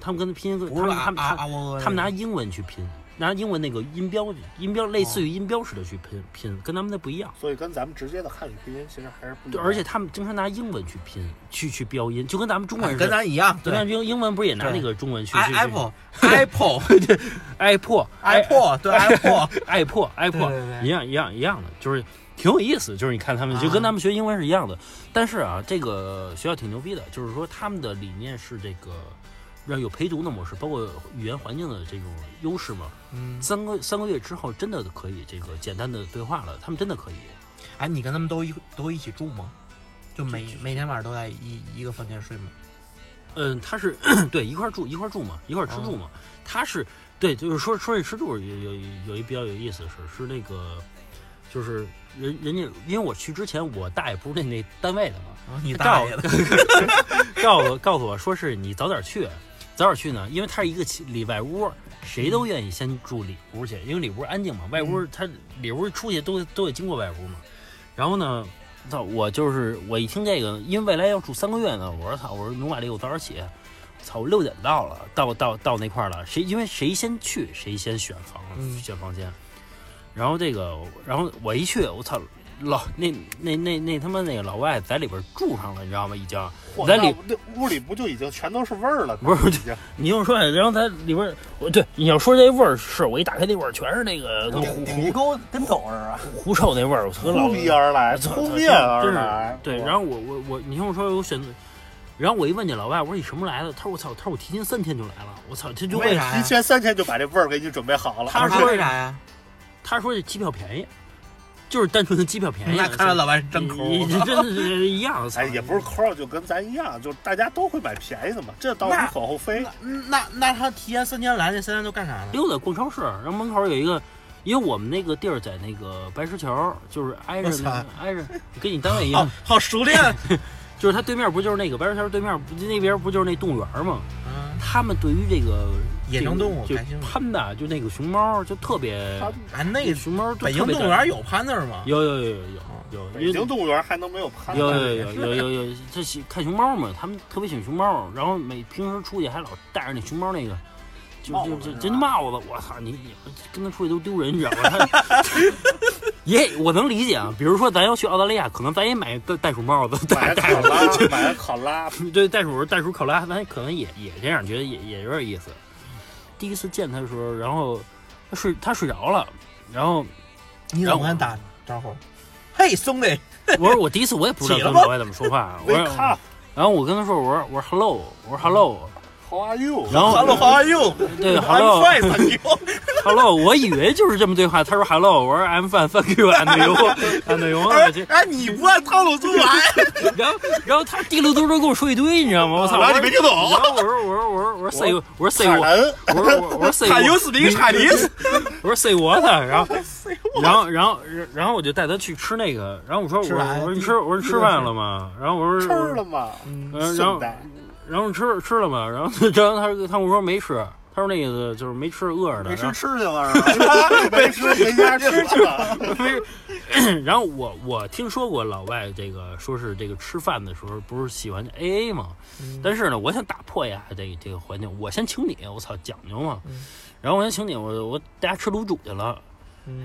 [SPEAKER 2] 他们跟的拼音
[SPEAKER 1] 那
[SPEAKER 2] 跟
[SPEAKER 1] 不
[SPEAKER 2] 他
[SPEAKER 1] 是
[SPEAKER 2] 们
[SPEAKER 1] 啊
[SPEAKER 2] 他们
[SPEAKER 1] 啊
[SPEAKER 2] 他
[SPEAKER 1] 啊我
[SPEAKER 2] 他们拿英文去拼，拿英文那个音标音标类似
[SPEAKER 1] 哦
[SPEAKER 2] 于音标似的去拼拼，跟咱们的不一样。
[SPEAKER 3] 所以跟咱们直接的汉语拼音其实还是不一
[SPEAKER 2] 对，
[SPEAKER 3] 样。
[SPEAKER 2] 而且他们经常拿英文去拼，去去标音，就跟咱们中文似
[SPEAKER 1] 啊
[SPEAKER 2] 的。
[SPEAKER 1] 哎跟咱一样，
[SPEAKER 2] 跟
[SPEAKER 1] 对
[SPEAKER 2] 咱英英文不是也拿
[SPEAKER 1] 对
[SPEAKER 2] 那个中文去去去
[SPEAKER 1] ，i apple apple
[SPEAKER 2] apple
[SPEAKER 1] apple 对
[SPEAKER 2] 哎
[SPEAKER 1] apple，
[SPEAKER 2] apple
[SPEAKER 1] 对对
[SPEAKER 2] apple
[SPEAKER 1] 对
[SPEAKER 2] 一样一样一样的，就是挺有意思。就是你看他们就跟
[SPEAKER 1] 啊
[SPEAKER 2] 咱们学英文是一样的，但是啊，这个学校挺牛逼的，就是说他们的理念是这个让有陪读的模式，包括语言环境的这种优势嘛。
[SPEAKER 1] 嗯，
[SPEAKER 2] 三个三个月之后，真的可以这个简单的对话了，他们真的可以。
[SPEAKER 1] 哎，你跟他们都一都一起住吗？就每每天晚上都在一一个房间睡吗？
[SPEAKER 2] 嗯，他是对一块儿住一块儿住嘛，一块儿吃住嘛。他是对，就是说说起吃住有有有一比较有意思的事儿，是那个就是人人家，因为我去之前我大爷不是那那单位的嘛，
[SPEAKER 1] 啊你
[SPEAKER 2] 他
[SPEAKER 1] 大爷的，
[SPEAKER 2] 告诉告诉我说是你早点去，早点去呢，因为它是一个起里外屋，谁都愿意先住里屋去，因为里屋安静嘛，外屋它里屋出去都都得经过外屋嘛。然后呢，操，我就是我一听这个，因为未来要住三个月呢，我说操，我说努瓦利，我早点起，操，我六点到了，到到到那块儿了，谁因为谁先去谁先选房、
[SPEAKER 1] 嗯
[SPEAKER 2] 选房间。然后这个，然后我一去，我操，老那那那那他妈那个老外在里边住上了，你知道吗？已经。
[SPEAKER 3] 嚯
[SPEAKER 2] 在
[SPEAKER 3] 那
[SPEAKER 2] 里
[SPEAKER 3] 那屋里不就已经全都是味儿了？
[SPEAKER 2] 不是
[SPEAKER 3] 已经
[SPEAKER 2] 你听我说，然后它里边儿，我对你要说这味儿，是我一打开那味儿全是那 个跟狐
[SPEAKER 4] 顶顶一沟跟狗似的。
[SPEAKER 2] 狐臭那味儿，我操，老
[SPEAKER 3] 啊扑鼻而来，
[SPEAKER 2] 操
[SPEAKER 3] 扑面而
[SPEAKER 2] 真是
[SPEAKER 3] 来。
[SPEAKER 2] 对，
[SPEAKER 3] 我
[SPEAKER 2] 然后我我我，你听我说，我选择，然后我一问这老外，我说你什么来的？他说我操，他说我提前三天就来了，我操，他就
[SPEAKER 1] 为
[SPEAKER 2] 为
[SPEAKER 1] 啥呀
[SPEAKER 3] 提前三天就把这味儿给你准备好了。
[SPEAKER 2] 哎他
[SPEAKER 1] 他
[SPEAKER 2] 说
[SPEAKER 1] 为啥呀？
[SPEAKER 2] 他说这机票便宜，就是单纯的机票便宜。
[SPEAKER 5] 那看来老外是真抠。
[SPEAKER 2] 你你 真的是一 样。
[SPEAKER 3] 哎，也不是抠，就跟咱一样，就大家都会买便宜的嘛，这倒无
[SPEAKER 1] 那
[SPEAKER 3] 可厚非。
[SPEAKER 1] 那那那他提前三天来，这三天都干啥呢？
[SPEAKER 2] 溜达逛超市，然后门口有一个，因为我们那个地儿在那个白石桥，就是挨着那
[SPEAKER 1] 我
[SPEAKER 2] 个挨着，跟你单 位一样，
[SPEAKER 1] 哦好熟 练。
[SPEAKER 2] 就是它对面不就是那个白石桥对面不那边不就是那动物园吗？
[SPEAKER 1] 嗯，
[SPEAKER 2] 他们对于这个
[SPEAKER 1] 野生动物
[SPEAKER 2] 就
[SPEAKER 1] 感兴趣
[SPEAKER 2] 潘达就那个熊猫就特别，
[SPEAKER 3] 他
[SPEAKER 1] 啊，那个
[SPEAKER 2] 熊猫就
[SPEAKER 1] 北京
[SPEAKER 2] 特别
[SPEAKER 1] 动物
[SPEAKER 2] 感
[SPEAKER 1] 园有潘那儿吗？
[SPEAKER 2] 有有有有有有，
[SPEAKER 3] 北
[SPEAKER 2] 因为
[SPEAKER 3] 京动物园还能没有潘
[SPEAKER 2] 有
[SPEAKER 3] 达？
[SPEAKER 2] 有有有有有，这喜看熊猫嘛，他们特别喜欢熊猫，然后每平时出去还老带着那熊猫那个。就
[SPEAKER 4] 帽
[SPEAKER 2] 就
[SPEAKER 4] 子
[SPEAKER 2] 就是
[SPEAKER 4] 吧
[SPEAKER 2] 真帽子，我操你！你跟他出去都丢人，你知道吗？他也我能理解啊，比如说咱要去澳大利亚，可能咱也买袋袋鼠帽子，
[SPEAKER 3] 买
[SPEAKER 2] 袋
[SPEAKER 3] 个
[SPEAKER 2] 袋
[SPEAKER 3] 考
[SPEAKER 2] 鼠，
[SPEAKER 3] 拉，买个考拉，
[SPEAKER 2] 嗯对袋鼠袋鼠考拉，咱可能也也这样，觉得也也有点意思。第一次见他的时候，然后他睡他睡着了，然后
[SPEAKER 1] 你怎么跟打招呼？嘿，兄弟，
[SPEAKER 2] 我说我第一次我也不知道
[SPEAKER 1] 起了
[SPEAKER 2] 跟
[SPEAKER 1] 吗
[SPEAKER 2] 老外怎么说话，我
[SPEAKER 3] 喂
[SPEAKER 2] 说
[SPEAKER 3] 看
[SPEAKER 2] 然后我跟他说，我说我说 hello，我说 hello，
[SPEAKER 3] ，How are you？
[SPEAKER 2] 然后
[SPEAKER 1] hello，how are you？
[SPEAKER 2] 对
[SPEAKER 1] I'm
[SPEAKER 2] hello
[SPEAKER 1] fine, thank you。
[SPEAKER 2] hello，我以为就是这么对话。他说 hello，我说 I'm fine, thank you, and you, and you，我啊去，
[SPEAKER 1] 哎，你不按套路 出牌，
[SPEAKER 2] 然后然后他滴溜嘟嘟跟我说一堆，你知道吗？我操，
[SPEAKER 5] 老外
[SPEAKER 2] 我说
[SPEAKER 5] 你没听懂
[SPEAKER 2] 然后我说我说我说我说 say 我说 say
[SPEAKER 3] 卡
[SPEAKER 2] what，
[SPEAKER 3] 人，
[SPEAKER 2] 我说我说 say
[SPEAKER 5] Can you
[SPEAKER 2] what，
[SPEAKER 5] speak Chinese？
[SPEAKER 2] 我说 say what，然后然后然后然后我就带他去吃那个，然后我说我
[SPEAKER 1] 吃
[SPEAKER 2] 说
[SPEAKER 1] 完
[SPEAKER 2] 我说你吃我说你吃饭了吗？然后我说
[SPEAKER 3] 吃
[SPEAKER 2] 我说
[SPEAKER 3] 了吗？
[SPEAKER 2] 嗯，然
[SPEAKER 3] 圣
[SPEAKER 2] 后
[SPEAKER 3] 代，
[SPEAKER 2] 然后吃吃了吗？然后然后他说他跟我说没吃，他说那意思就是没吃，饿着呢。
[SPEAKER 4] 没
[SPEAKER 2] 然
[SPEAKER 4] 事
[SPEAKER 2] 后
[SPEAKER 4] 吃 去了是吧？
[SPEAKER 3] 没吃回家吃去了。
[SPEAKER 2] 然后我我听说过老外这个说是这个吃饭的时候不是喜欢 A A 吗？但是呢，我想打破一下这个这个环境，我先请你，我操讲究嘛。然后我先请你，我我大家吃卤煮去了。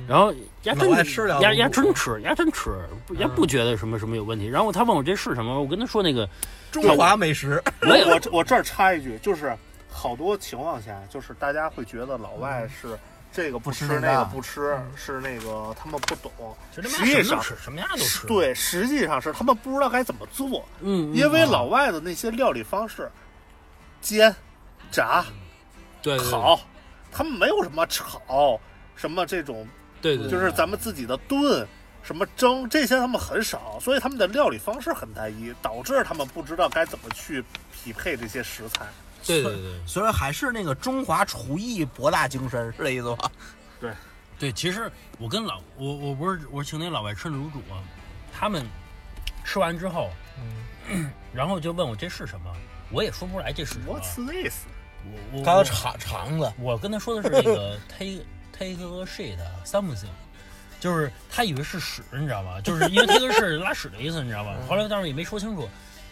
[SPEAKER 2] 然后丫真
[SPEAKER 1] 老外吃了
[SPEAKER 2] 丫
[SPEAKER 1] 卤
[SPEAKER 2] 丫
[SPEAKER 1] 煮
[SPEAKER 2] 真吃，丫真吃，不丫不觉得什么什么有问题。然后他问我这是什么，我跟他说那个，
[SPEAKER 1] 中华美 食，
[SPEAKER 2] 我也
[SPEAKER 3] 哎我我这儿插一句，就是好多情况下，就是大家会觉得老外
[SPEAKER 2] 嗯
[SPEAKER 3] 是这个不吃
[SPEAKER 4] 不吃那个
[SPEAKER 3] 那个不吃，是那个他们不懂。实
[SPEAKER 2] 什
[SPEAKER 3] 际
[SPEAKER 2] 嗯么都
[SPEAKER 3] 上，
[SPEAKER 2] 吃，什么丫都吃。，
[SPEAKER 3] 对，实际上是他们不知道该怎么做，
[SPEAKER 2] 嗯，嗯
[SPEAKER 3] 因为老外的那些料理方式，煎、炸、
[SPEAKER 2] 对对
[SPEAKER 3] 烤，他们没有什么炒，什么这种
[SPEAKER 2] 对对，对
[SPEAKER 3] 就是咱们自己的炖、什么蒸这些他们很少，所以他们的料理方式很单一，导致他们不知道该怎么去匹配这些食材。
[SPEAKER 2] 对对对。
[SPEAKER 4] 所以说还是那个中华厨艺博大精深，是这意思 吧？
[SPEAKER 2] 对，其实我跟老我我不是我请那老外吃卤煮啊，他们吃完之后，
[SPEAKER 1] 嗯
[SPEAKER 2] 然后就问我这是什么，我也说不出来这是什么。
[SPEAKER 3] What's this？
[SPEAKER 2] 我我
[SPEAKER 1] 刚才
[SPEAKER 2] 我
[SPEAKER 1] 肠肠子，
[SPEAKER 2] 我跟他说的是那个 take take a shit something，就是他以为是屎，你知道吧？就是因为 take a shit 是拉屎的意思，你知道吧？
[SPEAKER 1] 嗯
[SPEAKER 2] 后来当时也没说清楚，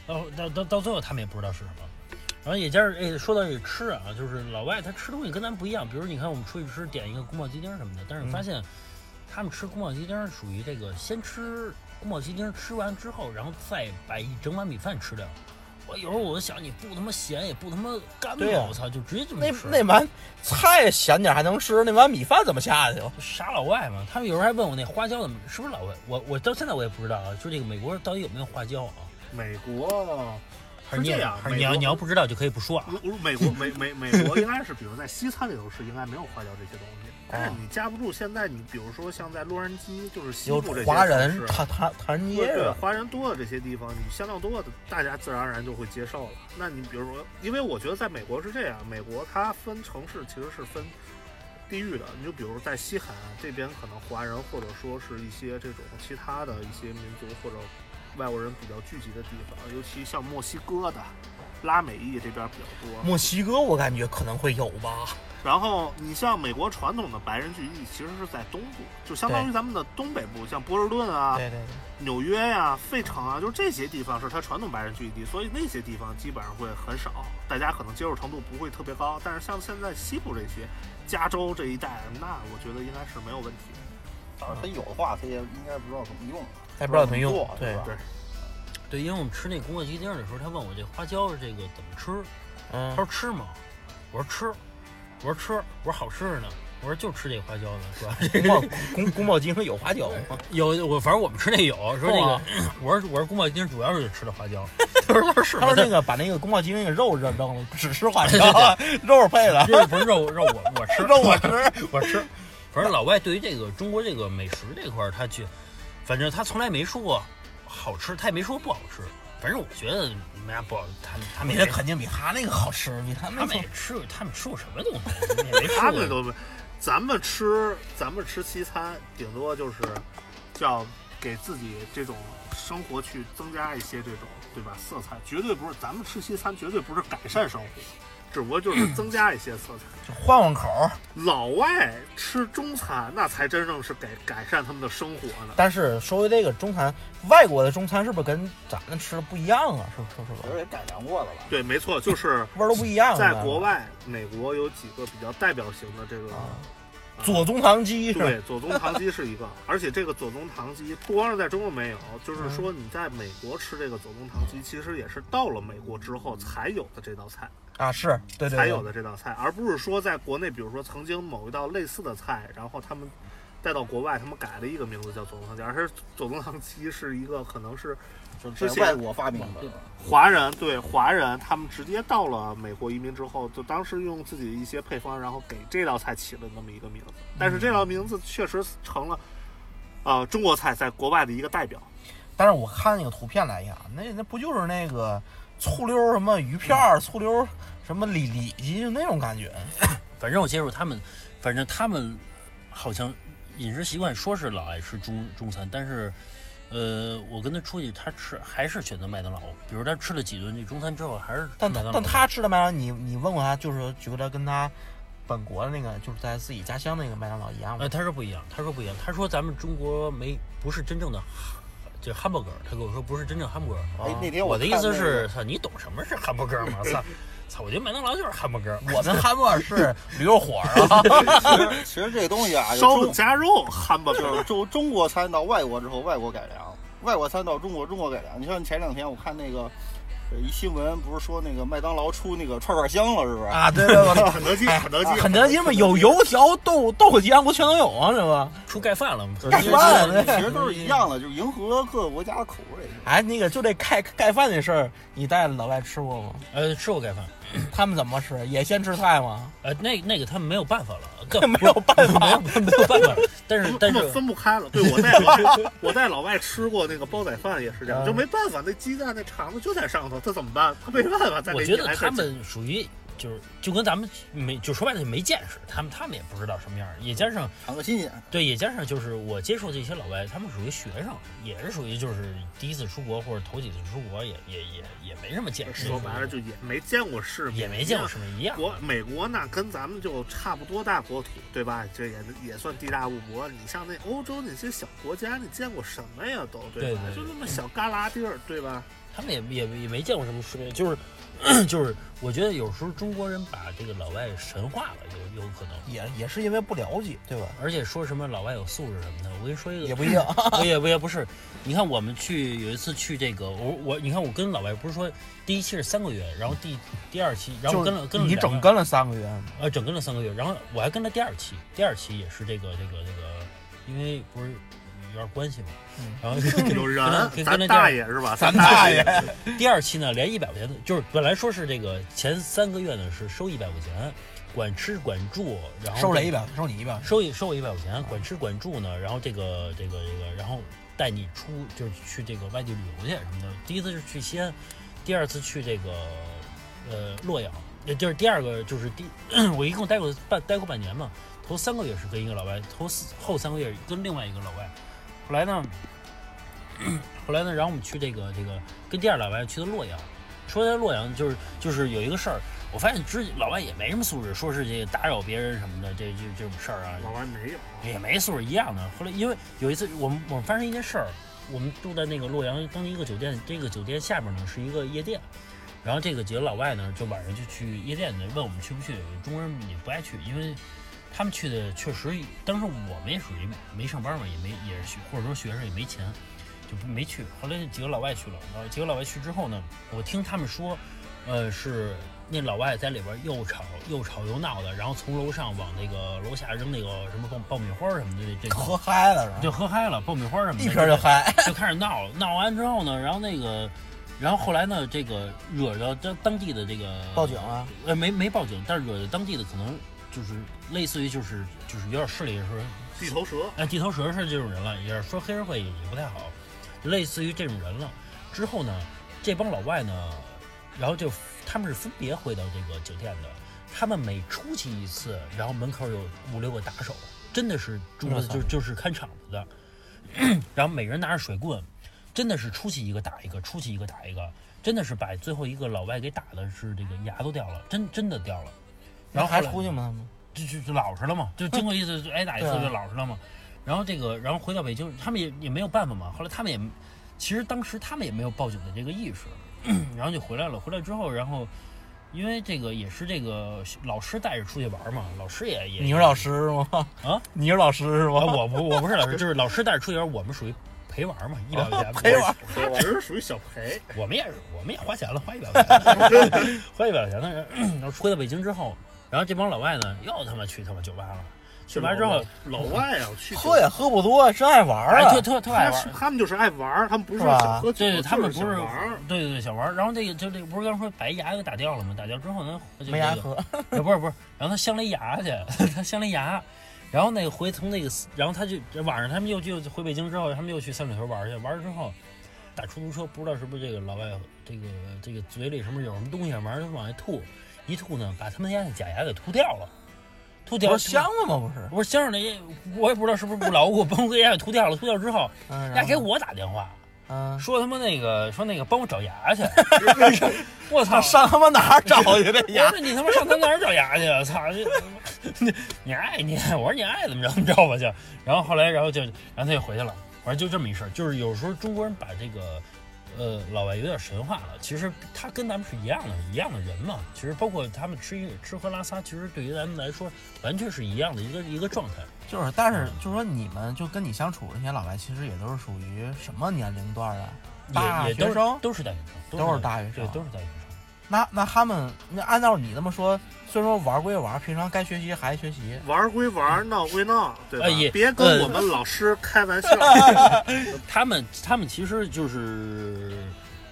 [SPEAKER 2] 到到到到最后他们也不知道是什么。然后也加上哎，说到这吃啊，就是老外他吃东西跟咱不一样，比如你看我们出去吃点一个宫保鸡丁什么的，但
[SPEAKER 1] 嗯
[SPEAKER 2] 是发现他们吃宫保鸡丁属于这个先吃宫保鸡丁，吃完之后，然后再把一整碗米饭吃掉。我有时候我就想，你不他妈咸也不他妈干
[SPEAKER 1] 对啊
[SPEAKER 2] 吧，我操，就直接这么
[SPEAKER 1] 那
[SPEAKER 2] 吃。
[SPEAKER 1] 那碗菜咸点还能吃，那碗米饭怎么下去？
[SPEAKER 2] 傻老外嘛，他们有时候还问我那花椒怎么是不是老外，我我到现在我也不知道啊，就这个美国到底有没有花椒啊？
[SPEAKER 3] 美国
[SPEAKER 2] 还是你也
[SPEAKER 3] 是这样
[SPEAKER 2] 还是你要
[SPEAKER 3] 美国嗯
[SPEAKER 2] 你要不知道就可以不说啊。
[SPEAKER 3] 如如美国美美美国应该是，比如在西餐里头是应该没有花椒这些东西，但是你架不住现在你比如说像在洛杉矶就是西
[SPEAKER 1] 有
[SPEAKER 3] 部这些
[SPEAKER 1] 华
[SPEAKER 3] 城
[SPEAKER 1] 人
[SPEAKER 3] 市
[SPEAKER 1] 唐唐唐人街
[SPEAKER 3] 对对
[SPEAKER 1] 是，
[SPEAKER 3] 华人多的这些地方，你相当多的，大家自然而然就会接受了。那你比如说，因为我觉得在美国是这样，美国它分城市其实是分地域的。你就比如在西海岸这边，可能华人或者说是一些这种其他的一些民族或者外国人比较聚集的地方，尤其像墨西哥的。拉美裔这边比较多，
[SPEAKER 1] 墨西哥我感觉可能会有吧。
[SPEAKER 3] 然后你像美国传统的白人聚集地其实是在东部，就相当于咱们的东北部，像波士顿啊、
[SPEAKER 1] 对对
[SPEAKER 3] 纽约呀、费城啊，就是这些地方是它传统白人聚集地，所以那些地方基本上会很少，大家可能接受程度不会特别高。但是像现在西部这些，加州这一带，那我觉得应该是没有问题。
[SPEAKER 4] 但是他有的话，他也应该不知道怎么用。
[SPEAKER 1] 还不知道怎么用。
[SPEAKER 4] 对
[SPEAKER 1] 对
[SPEAKER 4] 吧，
[SPEAKER 2] 对，因为我们吃那宫保鸡丁的时候，他问我这花椒这个怎么吃，他
[SPEAKER 1] 嗯，
[SPEAKER 2] 说吃吗？我说吃，我说吃，我说好吃着呢，我说就吃这花椒呢，是吧？
[SPEAKER 1] 宫保宫宫保鸡丁有花椒吗？
[SPEAKER 2] 有我反正我们吃那有，说那
[SPEAKER 1] 哇
[SPEAKER 2] 个我说我说宫保鸡丁主要是吃的花椒，他说他说 是
[SPEAKER 1] 他说
[SPEAKER 2] 吗？
[SPEAKER 1] 那个把那个宫保鸡丁那个肉扔扔 了，只吃花椒，肉配的，
[SPEAKER 2] 这不是肉肉我我吃
[SPEAKER 1] 肉我吃。
[SPEAKER 2] 我吃。反正老外对于这个中国这个美食这块儿，他去，反正他从来没说过好吃，他也没说不好吃。反正我觉得没啥不好，他们他们
[SPEAKER 5] 你
[SPEAKER 2] 也
[SPEAKER 5] 的肯定比他那个好吃，比他
[SPEAKER 2] 他
[SPEAKER 5] 那
[SPEAKER 2] 们
[SPEAKER 5] 个
[SPEAKER 2] 也吃，他们吃过什么东西？也没吃过
[SPEAKER 3] 他们都没，咱们吃咱们吃西餐，顶多就是叫给自己这种生活去增加一些这种对吧色彩，绝对不是咱们吃西餐绝对不是改善生活，只不过就是增加一些色彩。
[SPEAKER 5] 就换换口儿。
[SPEAKER 3] 老外吃中餐，那才真正是改改善他们的生活呢。
[SPEAKER 1] 但是说回这个中餐，外国的中餐是不是跟咱们吃的不一样啊？是不是是不
[SPEAKER 4] 我觉
[SPEAKER 1] 是
[SPEAKER 4] 得也改良过了吧？
[SPEAKER 3] 对，没错，就是
[SPEAKER 1] 味儿都不一样？啊
[SPEAKER 3] 在
[SPEAKER 1] 是吧
[SPEAKER 3] 国外，美国有几个比较代表型的这个
[SPEAKER 1] 啊，左宗棠鸡是吧？
[SPEAKER 3] 对，左宗棠鸡是 一个，而且这个左宗棠鸡不光是在中国没有，就是说
[SPEAKER 1] 嗯
[SPEAKER 3] 你在美国吃这个左宗棠鸡，其实也是到了美国之后才有的这道菜，
[SPEAKER 1] 啊，是对对
[SPEAKER 3] 才有
[SPEAKER 1] 对，
[SPEAKER 3] 的这道菜，而不是说在国内，比如说曾经某一道类似的菜，然后他们带到国外，他们改了一个名字叫左宗棠鸡，而是左宗棠鸡是一个可能是
[SPEAKER 4] 就是在外国发明的，
[SPEAKER 3] 华人对华人，他们直接到了美国移民之后，就当时用自己的一些配方，然后给这道菜起了那么一个名字。
[SPEAKER 2] 嗯
[SPEAKER 3] 但是这道名字确实成了，呃，中国菜在国外的一个代表。
[SPEAKER 1] 但是我看那个图片来呀，那那不就是那个醋溜儿什么鱼片儿、醋溜儿什么里里脊就那种感觉？
[SPEAKER 2] 反正我接触他们，反正他们好像饮食习惯说是老爱吃中中餐，但是，呃，我跟他出去，他吃还是选择麦当劳。比如他吃了几顿这中餐之后，还是
[SPEAKER 1] 但
[SPEAKER 2] 麦当劳
[SPEAKER 1] 但他吃的麦当劳，你你问过他，就是觉得跟他本国的那个，就是在自己家乡那个麦当劳一样吗
[SPEAKER 2] 呃，？他说不一样，他说不一样，他说咱们中国没不是真正的这汉堡哥，他跟我说不是真正汉堡。
[SPEAKER 1] 啊
[SPEAKER 4] 哎，那天
[SPEAKER 2] 哦我的
[SPEAKER 4] 看
[SPEAKER 2] 意思
[SPEAKER 4] 那
[SPEAKER 2] 是，
[SPEAKER 4] 个，
[SPEAKER 2] 操，你懂什么是汉堡哥吗？操，操，我觉得麦当劳就是汉堡哥。
[SPEAKER 1] 呃
[SPEAKER 5] 我们汉堡是驴肉火
[SPEAKER 1] 啊
[SPEAKER 5] 烧，
[SPEAKER 4] 其实 其实这东西啊，就
[SPEAKER 3] 烧
[SPEAKER 4] 中
[SPEAKER 3] 饼夹肉，汉堡
[SPEAKER 4] 就
[SPEAKER 3] 包
[SPEAKER 4] 是。中中国餐到外国之后，外国改良，外国餐到中国，中国改良。你像前两天我看那个。呃一新闻不是说那个麦当劳出那个串串香了，是不是？
[SPEAKER 5] 啊，对对
[SPEAKER 2] 哎
[SPEAKER 5] 对，
[SPEAKER 3] 肯德基，肯德基，
[SPEAKER 5] 肯德基嘛有油条、豆豆浆，不全都有
[SPEAKER 1] 啊
[SPEAKER 5] 吗？这不
[SPEAKER 2] 出盖饭了吗？
[SPEAKER 4] 其实
[SPEAKER 5] 饭
[SPEAKER 4] 都是其实都是一样的，就是迎合各个国家的口味。
[SPEAKER 1] 哎，那 个就这盖盖饭这事儿，你在老外吃过吗？
[SPEAKER 2] 呃，吃过盖饭。
[SPEAKER 1] 他们怎么吃？也先吃菜吗？
[SPEAKER 2] 呃，那那个他们没有办法了，更
[SPEAKER 1] 没有办
[SPEAKER 2] 没
[SPEAKER 1] 法
[SPEAKER 2] 有，没有办法了。但是但
[SPEAKER 3] 根
[SPEAKER 2] 是
[SPEAKER 3] 本分不开了。对我在 老我在老外吃过那个煲仔饭也是这样，
[SPEAKER 1] 嗯
[SPEAKER 3] 就没办法，那鸡蛋那肠子就在上头，他怎么办？他没办法再
[SPEAKER 2] 我
[SPEAKER 3] 给
[SPEAKER 2] 觉
[SPEAKER 3] 你
[SPEAKER 2] 得
[SPEAKER 3] 来
[SPEAKER 2] 他
[SPEAKER 3] 个
[SPEAKER 2] 们属于就是就跟咱们没就说白了没见识，他们他们也不知道什么样儿，也加上
[SPEAKER 4] 尝个新鲜，
[SPEAKER 2] 对也加上就是我接触的一些老外，他们属于学生，也是属于就是第一次出国或者头几次出国也，也也也没什么见识，
[SPEAKER 3] 说白了就也没见过世面，
[SPEAKER 2] 也没见过什么一样。
[SPEAKER 3] 国美国那跟咱们就差不多大国土，对吧？这也也算地大物博。你像那欧洲那些小国家，你见过什么呀？都对吧？
[SPEAKER 2] 对对对
[SPEAKER 3] 就那么小旮旯地儿，对吧？
[SPEAKER 2] 他们也也也没见过什么世面，就是就是 我觉得有时候中国人把这个老外神化了，有有可能。
[SPEAKER 1] 也也是因为不了解，对吧？
[SPEAKER 2] 而且说什么老外有素质什么的，我跟你说一个，
[SPEAKER 1] 也不一定。
[SPEAKER 2] 我也不也不是，你看我们去有一次去这个，我我你看我跟老外不是说第一期是三个月，然后第第二期，然后跟了跟了
[SPEAKER 1] 你
[SPEAKER 2] 两个
[SPEAKER 1] 整跟了三个月吗，
[SPEAKER 2] 呃整跟了三个月，然后我还跟了第二期，第二期也是这个这个这个，因为不是有点关系嘛，
[SPEAKER 1] 嗯
[SPEAKER 2] 然后跟
[SPEAKER 3] 有人
[SPEAKER 2] 跟跟，
[SPEAKER 3] 咱
[SPEAKER 2] 跟
[SPEAKER 3] 大
[SPEAKER 2] 爷
[SPEAKER 3] 爷是吧？
[SPEAKER 5] 咱
[SPEAKER 3] 大
[SPEAKER 5] 大爷，
[SPEAKER 2] 第二期呢，连一百块钱都就是本来说是这个前三个月呢是收一百块钱，管吃管住，然后
[SPEAKER 1] 收
[SPEAKER 2] 这
[SPEAKER 1] 了一百，收你一百，
[SPEAKER 2] 收一收一百块钱，管吃管住呢，然后这个这个这个，然后带你出就是去这个外地旅游去什么的。第一次是去西安，第二次去这个呃洛阳，也就是第二个就是第 我一共待过半待过半年嘛，头三个月是跟一个老外，头四后三个月跟另外一个老外，后来呢， 后来呢，然后我们去这个这个跟第二老外去的洛阳，说在洛阳就是就是有一个事儿。我发现之老外也没什么素质，说是这个打扰别人什么的，这这这种事儿啊，
[SPEAKER 3] 老外没有，
[SPEAKER 2] 也没素质一样的。后来因为有一次我们我们发生一件事儿，我们住在那个洛阳当地一个酒店，这个酒店下面呢是一个夜店，然后这个几个老外呢就晚上就去夜店问我们去不去，中国人也不爱去，因为他们去的确实，当时我们也属于没上班嘛，也没也是学或者说学生也没钱，就不没去。后来几个老外去了，然后几个老外去之后呢，我听他们说，呃，是那老外在里边又吵又吵又闹的，然后从楼上往那个楼下扔那个什么爆爆米花什么的，这这
[SPEAKER 1] 喝嗨了是吧？
[SPEAKER 2] 就喝嗨了，爆米花什么的，
[SPEAKER 1] 一瓶就嗨，
[SPEAKER 2] 就开始闹了。闹完之后呢，然后那个，然后后来呢，这个惹着当当地的这个
[SPEAKER 1] 报警，了。
[SPEAKER 2] 呃，没没报警，但是惹着当地的可能就是类似于就是就是有点势力说
[SPEAKER 3] 地头蛇，
[SPEAKER 2] 哎，地头蛇是这种人了，也是说黑社会也不太好，类似于这种人了。之后呢，这帮老外呢，然后就他们是分别回到这个酒店的，他们每出去一次，然后门口有五六个打手，真的是中国的
[SPEAKER 1] 我操
[SPEAKER 2] 就就是看场子的， 然后每人拿着水棍，真的是出去一个打一个，出去一个打一个，真的是把最后一个老外给打的是这个牙都掉了，真真的掉了。然后
[SPEAKER 1] 还
[SPEAKER 2] 后来
[SPEAKER 1] 出去吗？
[SPEAKER 2] 就就就老实了嘛，就经过一次就挨打一次
[SPEAKER 1] 对啊
[SPEAKER 2] 就老实了嘛。然后这个，然后回到北京，他们也也没有办法嘛。后来他们也，其实当时他们也没有报警的这个意识，然后就回来了。回来之后，然后因为这个也是这个老师带着出去玩嘛，老师也也
[SPEAKER 1] 你是老师是吗？
[SPEAKER 2] 啊，
[SPEAKER 1] 你是老师是
[SPEAKER 2] 啊，
[SPEAKER 1] 吗？
[SPEAKER 2] 我不我不是老师，就是老师带着出去玩，我们属于陪玩嘛，一百块钱
[SPEAKER 1] 哦陪玩，
[SPEAKER 3] 哎我这是属于小陪，
[SPEAKER 2] 我们也是，我们也花钱了，花一百块钱， 花一百块钱的。 然后回到北京之后，然后这帮老外呢又他妈去他妈酒吧了，去完之后。
[SPEAKER 3] 老外啊去
[SPEAKER 1] 喝也喝不多，是爱玩儿
[SPEAKER 2] 哎，
[SPEAKER 1] 啊
[SPEAKER 2] 特。特特爱
[SPEAKER 3] 他
[SPEAKER 2] 玩
[SPEAKER 3] 是，他们就是爱玩儿，他们不是说
[SPEAKER 1] 是吧
[SPEAKER 3] 想喝酒，
[SPEAKER 2] 对对，他们
[SPEAKER 3] 就是
[SPEAKER 2] 不是
[SPEAKER 3] 想玩儿，
[SPEAKER 2] 对对对想玩儿，然后这个就这个不是刚说白牙给打掉了吗？打掉之后呢，就
[SPEAKER 1] 没
[SPEAKER 2] 这
[SPEAKER 1] 牙
[SPEAKER 2] 个
[SPEAKER 1] 喝，
[SPEAKER 2] 呃不是不是，然后他镶了一牙去， 他镶了一牙，然后那个回从那个，然后他就晚上他们又就回北京之后，他们又去三里屯玩儿去，玩儿之后打出租车，不知道是不是这个老外这个这个嘴里什么有什么东西，完了就往外吐，一吐呢，把他们家的假牙给吐掉了，吐掉
[SPEAKER 1] 不
[SPEAKER 2] 了
[SPEAKER 1] 是香了吗？不是，
[SPEAKER 2] 不是镶上那，我也不知道是不是不牢固， 把我给牙给吐掉了，吐掉之后，
[SPEAKER 1] 嗯，
[SPEAKER 2] 丫
[SPEAKER 1] 然
[SPEAKER 2] 给
[SPEAKER 1] 后，
[SPEAKER 2] 我打电话。
[SPEAKER 1] 嗯，
[SPEAKER 2] 说他妈那个说那个帮我找牙 去，我操！
[SPEAKER 1] 上他妈哪儿找去这
[SPEAKER 2] 我
[SPEAKER 1] 牙？
[SPEAKER 2] 说你他妈上他那儿找牙去，啊操！你你爱你，我说你爱怎么着怎么着吧就。然后后来，然后就，然后他就回去了。反正就这么一事儿，就是有时候中国人把这个，呃，老外有点神化了。其实他跟咱们是一样的，一样的人嘛。其实包括他们吃吃喝拉撒，其实对于咱们来说，完全是一样的一个一个状态。
[SPEAKER 1] 就是，但是就说你们就跟你相处的那些老外，其实也都是属于什么年龄段啊？大
[SPEAKER 2] 也也
[SPEAKER 1] 学
[SPEAKER 2] 都
[SPEAKER 1] 生
[SPEAKER 2] 是都是大学生，
[SPEAKER 1] 都
[SPEAKER 2] 都
[SPEAKER 1] 是大学
[SPEAKER 2] 对，
[SPEAKER 1] 生
[SPEAKER 2] 都是大学生。
[SPEAKER 1] 那那他们那按照你这么说，虽说玩归玩，平常该学习还学习，
[SPEAKER 3] 玩儿归玩儿，闹归闹，对吧
[SPEAKER 2] 哎也？
[SPEAKER 3] 别跟我们老师开玩 笑。
[SPEAKER 2] 他们他们其实就是，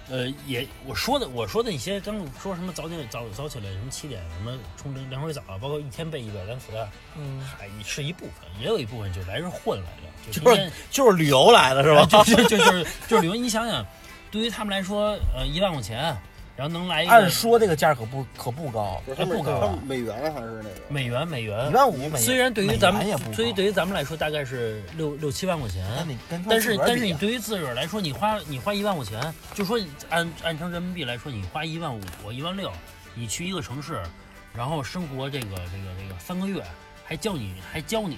[SPEAKER 2] 呃，也我说的我说的一些，刚说什么早点早早起来，什么七点，什么冲凉凉水澡，包括一天背一百单词啊，
[SPEAKER 1] 嗯，
[SPEAKER 2] 还是一部分，也有一部分就来这儿混来的，就
[SPEAKER 1] 就是哎就是旅游来的是吧？
[SPEAKER 2] 就是就就是就是比如你想想，对于他们来说，呃，一万块钱，然后能来一个
[SPEAKER 1] 按说这个价可不可不高，
[SPEAKER 4] 不是他
[SPEAKER 2] 哎
[SPEAKER 4] 们
[SPEAKER 2] 不高
[SPEAKER 4] 他
[SPEAKER 2] 啊
[SPEAKER 4] 们美元还是那个
[SPEAKER 2] 美元美元
[SPEAKER 1] 一，万五美，
[SPEAKER 2] 虽然对于咱
[SPEAKER 1] 美元也不
[SPEAKER 2] 们，
[SPEAKER 1] 高
[SPEAKER 2] 所以对于咱们来说大概是六六七万块钱，
[SPEAKER 1] 那你跟他
[SPEAKER 2] 但是
[SPEAKER 1] 自个儿
[SPEAKER 2] 但是
[SPEAKER 1] 比
[SPEAKER 2] 你
[SPEAKER 1] 啊
[SPEAKER 2] 对于自个儿来说，你花你花一万块钱，就说按按成人民币来说，你花一万五或一万六，你去一个城市，然后生活这个这个这个三个月，还教你还教你，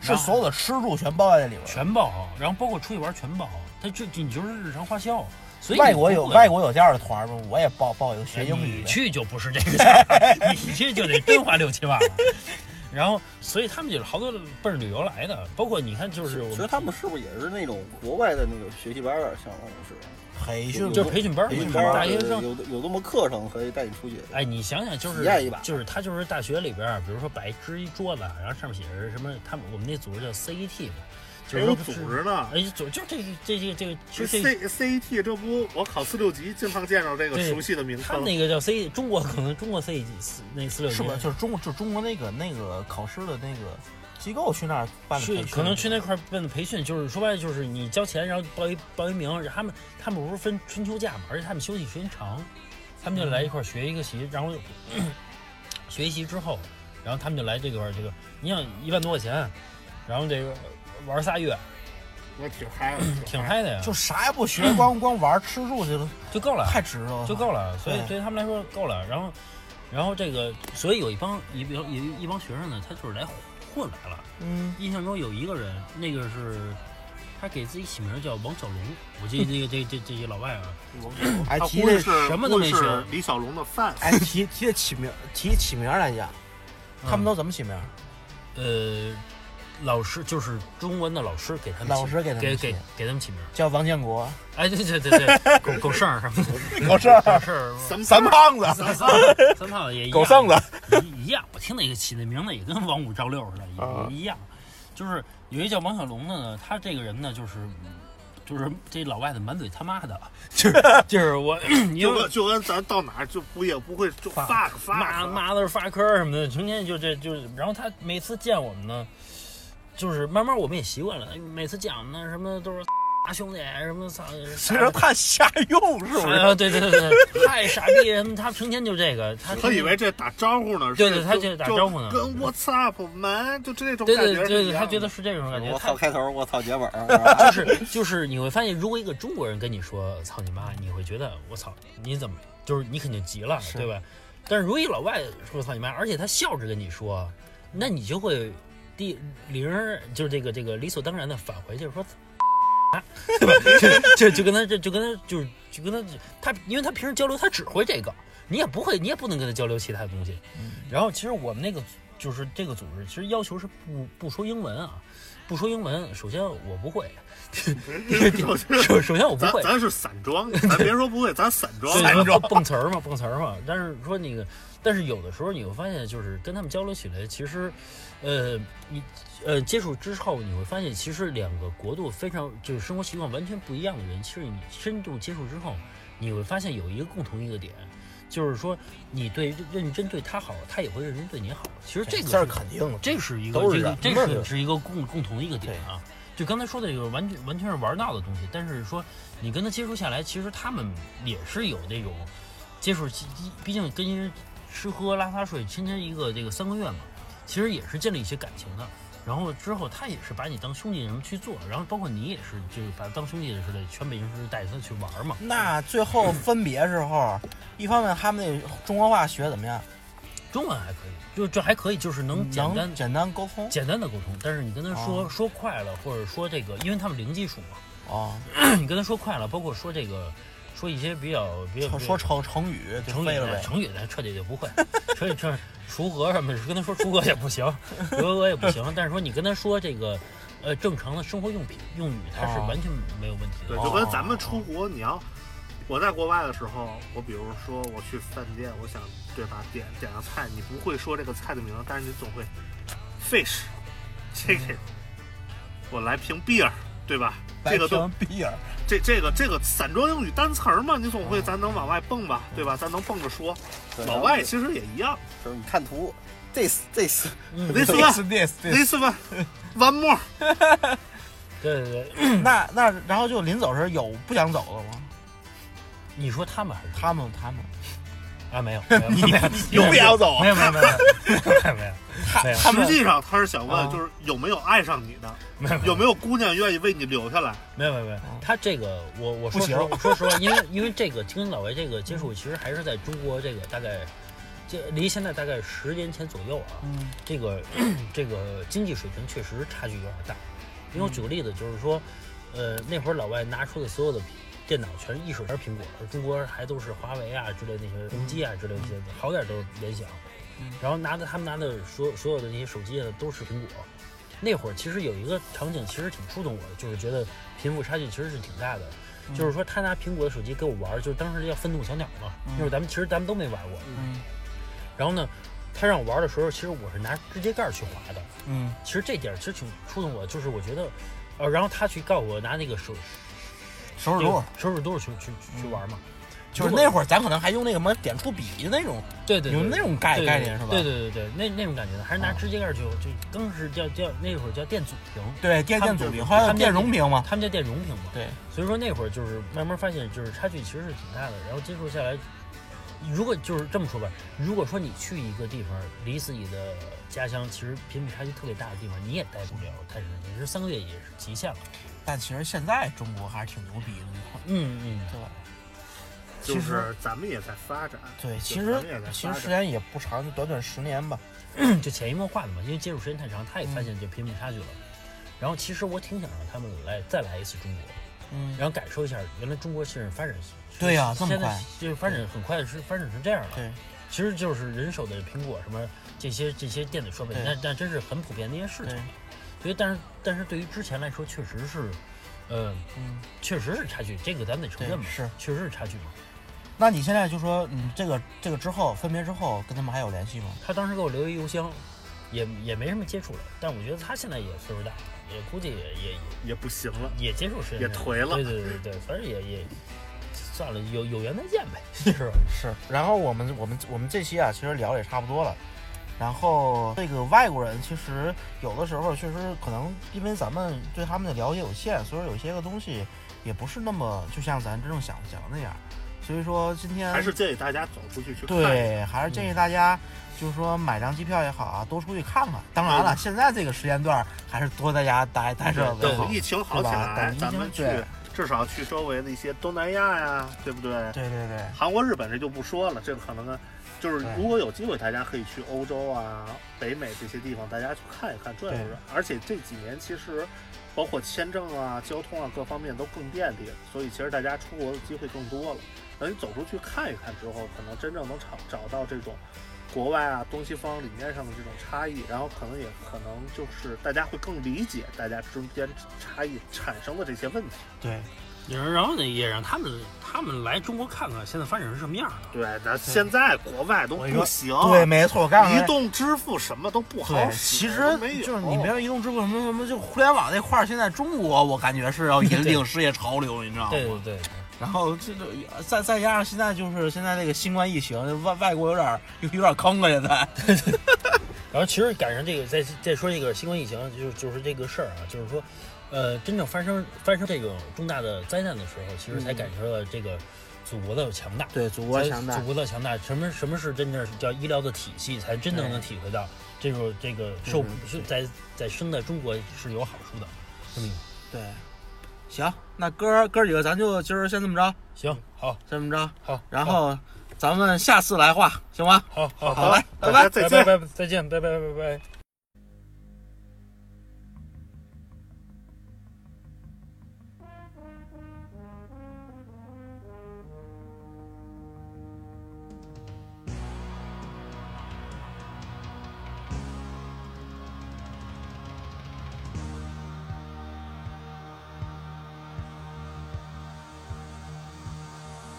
[SPEAKER 1] 是所有的吃住全包在里边儿。
[SPEAKER 2] 全包，然后包括出去玩全包，它就就你就是日常花销。所以
[SPEAKER 1] 外国有外
[SPEAKER 2] 国
[SPEAKER 1] 国有这样的团儿吗？我也报报一个学英语
[SPEAKER 2] 你
[SPEAKER 1] 的。
[SPEAKER 2] 去就不是这个价 儿，你去就得真花六七万了。然后，所以他们就是好多奔着旅游来的，包括你看，就是我们
[SPEAKER 4] 其实他们是不是也是那种国外的那个学习班儿啊，相当于是
[SPEAKER 1] 培训
[SPEAKER 2] 就是培训班儿嘛，
[SPEAKER 4] 培训班
[SPEAKER 2] 班
[SPEAKER 4] 儿，
[SPEAKER 2] 大学
[SPEAKER 4] 对
[SPEAKER 2] 生
[SPEAKER 4] 有的有这么课程可以带你出去。
[SPEAKER 2] 哎，你想想，就是
[SPEAKER 4] 体验一把
[SPEAKER 2] 就是他就是大学里边儿，比如说摆一支一桌子，然后上面写着什么，他们我们那组织叫 CET 嘛，就
[SPEAKER 3] 还
[SPEAKER 2] 是
[SPEAKER 3] 有
[SPEAKER 2] 说
[SPEAKER 3] 组，织呢。
[SPEAKER 2] 哎，组就这这这这个，其实这
[SPEAKER 3] C C E T 这不，我考四六级经常见着这个
[SPEAKER 2] 对
[SPEAKER 3] 熟悉的名
[SPEAKER 2] 他
[SPEAKER 3] 称
[SPEAKER 2] 们。那个叫 C，中国可能中国 C 四那四六级
[SPEAKER 1] 是不是就是中就中国那个那个考试的那个机构去那儿办的培
[SPEAKER 2] 去
[SPEAKER 1] 训？
[SPEAKER 2] 可能去那块儿办的培训，就是说白了就是你交钱，然后报一报一名，他们他们不是分春秋假嘛，而且他们休息时间长，他们就来一块儿学一个习，然后 学习之后，然后他们就来这块儿这个，你想一万多块钱，然后这个玩仨月，
[SPEAKER 3] 我挺嗨的，
[SPEAKER 2] 挺嗨的呀，
[SPEAKER 1] 就啥也不学， 光光玩儿吃住去了，
[SPEAKER 2] 就够了，
[SPEAKER 1] 太值了。
[SPEAKER 2] 就够了，所以
[SPEAKER 1] 对
[SPEAKER 2] 对于他们来说够了。然后，然后这个，所以有一帮一有有一帮学生呢，他就是来混来了。
[SPEAKER 1] 嗯，
[SPEAKER 2] 印象中有一个人，那个是他给自己起名叫王小龙，我记得这个这这这些老外啊，
[SPEAKER 1] 还
[SPEAKER 3] 他
[SPEAKER 1] 哎提
[SPEAKER 3] 估计
[SPEAKER 1] 这
[SPEAKER 3] 是
[SPEAKER 2] 什么都没
[SPEAKER 3] 估计是
[SPEAKER 2] 学
[SPEAKER 3] 李小龙的 fans，
[SPEAKER 1] 哎提提这起名提起名儿来讲， 他们都怎么起名儿？
[SPEAKER 2] 呃，老师就是中文的老师给他们起
[SPEAKER 1] 老师给他们
[SPEAKER 2] 给
[SPEAKER 1] 起
[SPEAKER 2] 给给他们起名，
[SPEAKER 1] 叫王建国，
[SPEAKER 2] 哎，对对对对，狗狗剩儿什 么的，
[SPEAKER 1] 狗剩儿
[SPEAKER 2] 狗剩儿。
[SPEAKER 3] 三
[SPEAKER 1] 三胖子，
[SPEAKER 2] 三三三胖也一样
[SPEAKER 1] 狗剩子，
[SPEAKER 2] 一一样，我听那个起的名字也跟王五赵六似的，也
[SPEAKER 1] 啊
[SPEAKER 2] 也一样。就是有一叫王小龙的呢，他这个人呢，就是嗯就是这老外怎么满嘴他妈的，就是就是我 因
[SPEAKER 3] 就
[SPEAKER 2] 为
[SPEAKER 3] 跟就跟咱到哪儿就不也不会就 fuck
[SPEAKER 2] 骂
[SPEAKER 3] fuck，
[SPEAKER 2] 骂的发科什么的，成天就这就是，然后他每次见我们呢，就是慢慢我们也习惯了，每次见我们呢什么都是大兄弟啊什么操，
[SPEAKER 5] 这是太瞎用是不是？
[SPEAKER 2] 啊对对对对，太傻逼什么，他成天就这个，他
[SPEAKER 3] 他以为这打招呼呢，
[SPEAKER 2] 对
[SPEAKER 3] 是
[SPEAKER 2] 对他
[SPEAKER 3] 就
[SPEAKER 2] 就打
[SPEAKER 3] 就
[SPEAKER 2] 招呼呢
[SPEAKER 3] 跟 What's up man 就这种
[SPEAKER 2] 对
[SPEAKER 3] 感
[SPEAKER 2] 对
[SPEAKER 3] 觉
[SPEAKER 2] 对
[SPEAKER 3] 是一
[SPEAKER 2] 对，
[SPEAKER 3] 样的，
[SPEAKER 2] 他觉得是这种感觉，
[SPEAKER 4] 我
[SPEAKER 2] 他
[SPEAKER 4] 操开头，我操结尾儿，是 吧
[SPEAKER 2] 就是就是你会发现，如果一个中国人跟你说“操你妈”，你会觉得“我操你怎么”，就是你肯定急了，对吧？但是如果一老外说“操你妈”，而且他笑着跟你说，那你就会第零儿就是这个这个理所当然的返回去说。啊，对吧？ 就就就跟他这就跟他就是就跟他他，因为他平时交流他只会这个，你也不会，你也不能跟他交流其他的东西。然后其实我们那个就是这个组织，其实要求是不不说英文啊，不说英文。首先我不会，
[SPEAKER 3] 首先
[SPEAKER 2] 首首先我不
[SPEAKER 3] 咱
[SPEAKER 2] 会，
[SPEAKER 3] 咱是散装，咱别说不会，咱散装
[SPEAKER 2] 对，
[SPEAKER 5] 散装
[SPEAKER 2] 蹦蹦词儿嘛，蹦词儿嘛。但是说那个，但是有的时候你会发现，就是跟他们交流起来，其实，呃，你呃接触之后，你会发现，其实两个国度非常就是生活习惯完全不一样的人，其实你深度接触之后，你会发现有一个共同一个点。就是说，你对认真对他好，他也会认真对你好。其实这个
[SPEAKER 1] 这是
[SPEAKER 2] 是
[SPEAKER 1] 肯定的，
[SPEAKER 2] 这是一个，
[SPEAKER 1] 都是
[SPEAKER 2] 这个
[SPEAKER 1] 人
[SPEAKER 2] 这
[SPEAKER 1] 味儿
[SPEAKER 2] 是
[SPEAKER 1] 的
[SPEAKER 2] 是一个共共同的一个点啊。就刚才说的这个，完全完全是玩闹的东西，但是说你跟他接触下来，其实他们也是有那种接触，毕竟跟人吃喝拉撒睡，天天一个这个三个月嘛，其实也是建立一些感情的。然后之后他也是把你当兄弟什么去做，然后包括你也是就是把他当兄弟似的，全北京市带着他去玩嘛。
[SPEAKER 5] 那最后分别时候，一方面他们那中国话学得怎么样？
[SPEAKER 2] 中文还可以，就这还可以，就是能嗯简单
[SPEAKER 5] 能简单沟通
[SPEAKER 2] 简单的沟通，但是你跟他
[SPEAKER 1] 哦
[SPEAKER 2] 说、说快了，或者说这个，因为他们零基础嘛，
[SPEAKER 5] 哦，
[SPEAKER 2] 你跟他说快了，包括说这个，说一些比较比较
[SPEAKER 5] 说成成语就
[SPEAKER 2] 成语
[SPEAKER 5] 废了呗。
[SPEAKER 2] 成语咱彻底就不会， 成语成锄禾什么的，跟他说锄禾也不行，锄禾也不行。但是说你跟他说这个，呃，正常的生活用品用语，他是
[SPEAKER 5] 哦
[SPEAKER 2] 完全没有问题的。哦
[SPEAKER 3] 对，就跟咱们出国，你要我在国外的时候，我比如说我去饭店，我想对吧，点点个菜，你不会说这个菜的名字，但是你总会
[SPEAKER 5] 嗯
[SPEAKER 3] fish chicken，我来瓶 beer，对吧？这个都
[SPEAKER 5] 白啊瓶比尔，
[SPEAKER 3] 这这个这个散装英语单词儿嘛，你总
[SPEAKER 5] 嗯
[SPEAKER 3] 会咱能往外蹦吧，对吧？咱能蹦着说，
[SPEAKER 4] 对
[SPEAKER 3] 老外其实也 一样。
[SPEAKER 4] 就是你看图，this this
[SPEAKER 2] 嗯，
[SPEAKER 3] This
[SPEAKER 5] 这
[SPEAKER 3] one,
[SPEAKER 5] 是 this this。
[SPEAKER 3] this one, one more。
[SPEAKER 2] 对对对，
[SPEAKER 5] 那那然后就临走时有不想走的吗？
[SPEAKER 2] 你说他们还是
[SPEAKER 5] 他们他们
[SPEAKER 2] 他啊？没有， 没有，没
[SPEAKER 5] 有不想走？
[SPEAKER 2] 有，没有，没有，没有，没有，没有，
[SPEAKER 5] 他
[SPEAKER 3] 实
[SPEAKER 5] 们
[SPEAKER 3] 际上他是想
[SPEAKER 5] 啊
[SPEAKER 3] 问，就是有没有爱上你的，
[SPEAKER 2] 没有，
[SPEAKER 3] 有没有姑娘愿意为你留下来？
[SPEAKER 2] 没有没有没有，他这个我我
[SPEAKER 5] 哦不
[SPEAKER 2] 说实
[SPEAKER 5] 行
[SPEAKER 2] 话，说实话，因为因为这个跟老外这个接触，其实还是在中国这个大概，这离现在大概十年前左右啊，
[SPEAKER 5] 嗯
[SPEAKER 2] 这个 这个经济水平确实差距有点大。因为我举个例子，就是说，呃，那会儿老外拿出的所有的电脑全是一手全是苹果，而中国还都是华为啊之类那些宏基啊之类那些，好点儿都是联想
[SPEAKER 5] 嗯。
[SPEAKER 2] 然后拿的他们拿的所所有的那些手机啊都是苹果。那会儿其实有一个场景，其实挺触动我的，就是觉得贫富差距其实是挺大的。
[SPEAKER 5] 嗯
[SPEAKER 2] 就是说，他拿苹果的手机给我玩儿，就是当时叫愤怒小鸟嘛。那会儿咱们其实咱们都没玩过。
[SPEAKER 5] 嗯
[SPEAKER 2] 然后呢，他让我玩的时候，其实我是拿指甲盖儿去划的。
[SPEAKER 5] 嗯
[SPEAKER 2] 其实这点儿其实挺触动我，就是我觉得，呃，然后他去告我拿那个手
[SPEAKER 5] 手指肚
[SPEAKER 2] 这
[SPEAKER 5] 嗯
[SPEAKER 2] 个，手指肚去去去去玩嘛，
[SPEAKER 5] 就是那会儿咱可能还用那个什么点触笔那种，
[SPEAKER 2] 对对
[SPEAKER 5] 有那种概
[SPEAKER 2] 对对
[SPEAKER 5] 概念是吧？啊
[SPEAKER 2] 对对对对，那那种感觉的，还是拿指甲盖儿去，就更是叫叫那会儿叫电阻屏，
[SPEAKER 5] 对电
[SPEAKER 2] 他
[SPEAKER 5] 电
[SPEAKER 2] 们
[SPEAKER 5] 阻
[SPEAKER 2] 就
[SPEAKER 5] 屏，后来有
[SPEAKER 2] 他们
[SPEAKER 5] 电
[SPEAKER 2] 就
[SPEAKER 5] 容屏嘛。
[SPEAKER 2] 他们叫电容屏嘛。
[SPEAKER 5] 对，
[SPEAKER 2] 所以说那会儿就是慢慢发现，就是差距其实是挺大的。然后接触下来，如果就是这么说吧，如果说你去一个地方，离自己的家乡其实贫富差距特别大的地方，你也待不了太长时间，其实三个月也是极限了。
[SPEAKER 5] 但其实现在中国还是挺牛逼的，
[SPEAKER 2] 嗯嗯，
[SPEAKER 5] 对吧？
[SPEAKER 3] 就
[SPEAKER 5] 其实
[SPEAKER 3] 是咱们也在发展，
[SPEAKER 5] 对，
[SPEAKER 3] 就
[SPEAKER 5] 其
[SPEAKER 3] 咱们也
[SPEAKER 5] 实
[SPEAKER 3] 在
[SPEAKER 5] 其
[SPEAKER 3] 发
[SPEAKER 5] 实
[SPEAKER 3] 展
[SPEAKER 5] 时间也不长，就短短十年吧。
[SPEAKER 2] 就潜移默化的嘛，因为接触时间太长，他也发现这贫富差距了。然后其实我挺想让他们来再来一次中国，
[SPEAKER 5] 嗯，
[SPEAKER 2] 然后感受一下原来中国现在发展是。
[SPEAKER 5] 对呀这么
[SPEAKER 2] 现在
[SPEAKER 5] 快
[SPEAKER 2] 就是发展很快，是发展成这样了。
[SPEAKER 5] 对，
[SPEAKER 2] 其实就是人手的苹果什么这些这些电子设备，
[SPEAKER 5] 对
[SPEAKER 2] 那那真是很普遍的一些
[SPEAKER 1] 嗯
[SPEAKER 2] 事情
[SPEAKER 5] 对。，
[SPEAKER 2] 所以，但是但是对于之前来说，确实是，呃，
[SPEAKER 5] 嗯，
[SPEAKER 2] 确实是差距，这个咱们得承认嘛
[SPEAKER 5] 对，是
[SPEAKER 2] 确实是差距嘛。
[SPEAKER 5] 那你现在就说，嗯，这个这个之后分别之后跟他们还有联系吗？
[SPEAKER 2] 他当时给我留一邮箱，也也没什么接触了，但我觉得他现在也岁数大了，也估计也也
[SPEAKER 3] 也不行了。
[SPEAKER 2] 也接受时间
[SPEAKER 3] 也
[SPEAKER 2] 长
[SPEAKER 3] 颓了
[SPEAKER 2] 对对对对，反正也也算了，有有缘再见呗， 是吧？
[SPEAKER 1] 是，然后我们我们我们这期啊，其实聊的也差不多了。然后这个外国人其实有的时候确实可能因为咱们对他们的了解有限，所以说有些个东西也不是那么就像咱真正想想的那样。所以说今
[SPEAKER 5] 嗯
[SPEAKER 1] 天
[SPEAKER 3] 还是建议大家走出去去看一看。
[SPEAKER 1] 对，还是建议大家就是说买张机票也好啊，多出去看看。当然了，现在这个时间段儿还是多在家待待着为好
[SPEAKER 3] 等。疫情好起
[SPEAKER 1] 对吧
[SPEAKER 3] 来
[SPEAKER 1] 等，疫
[SPEAKER 3] 咱
[SPEAKER 1] 情
[SPEAKER 3] 们去
[SPEAKER 1] 对
[SPEAKER 3] 至少去周围的一些东南亚呀，对不对？
[SPEAKER 1] 对对对，
[SPEAKER 3] 韩国、日本这就不说了，这个可能就是
[SPEAKER 1] 对
[SPEAKER 3] 如果有机会，大家可以去欧洲啊、北美这些地方，大家去看一看、转悠
[SPEAKER 1] 对
[SPEAKER 3] 转。而且这几年其实包括签证啊、交通啊各方面都更便利，所以其实大家出国的机会更多了。等你走出去看一看之后，可能真正能找找到这种国外啊东西方理念上的这种差异，然后可能也可能就是大家会更理解大家中间差异产生的这些问题。
[SPEAKER 1] 对，
[SPEAKER 2] 然后呢，也让他们他们来中国看看现在发展成什么样啊了。
[SPEAKER 3] 对，咱现在国外都
[SPEAKER 1] 我说
[SPEAKER 3] 不行，
[SPEAKER 1] 对，没错，我告诉你
[SPEAKER 3] 移。动支付什么都不好
[SPEAKER 1] 对，
[SPEAKER 3] 使，
[SPEAKER 1] 其实
[SPEAKER 3] 都没有
[SPEAKER 1] 就是你没有移动支付什么什么，就互联网那块儿，现在中国我感觉是要引 领世界潮流，你知道吗？
[SPEAKER 2] 对对对，
[SPEAKER 1] 然后这个再再加上现在就是现在这个新冠疫情，外外国有点儿有有点儿坑啊，现在。
[SPEAKER 2] 然后其实赶上这个，再再说这个新冠疫情，就是就是这个事儿啊，就是说，呃，真正发生发生这种重大的灾难的时候，其实才感受到这个祖国的强大。
[SPEAKER 1] 对，祖
[SPEAKER 2] 才祖国的强大，什么什么是真正叫医疗的体系，才真正能体会到这种这个受
[SPEAKER 1] 嗯
[SPEAKER 2] 是在在生在中国是有好处的。嗯，
[SPEAKER 1] 对，行，那哥儿哥儿几个咱就今儿先这么着，
[SPEAKER 2] 行，好，
[SPEAKER 1] 先这么着，
[SPEAKER 2] 好，
[SPEAKER 1] 然后咱们下次来话，行吗？
[SPEAKER 2] 好，好，
[SPEAKER 1] 好嘞，拜
[SPEAKER 3] 大
[SPEAKER 1] 拜
[SPEAKER 3] 家。再见。
[SPEAKER 2] 拜拜，再见，拜拜，拜拜。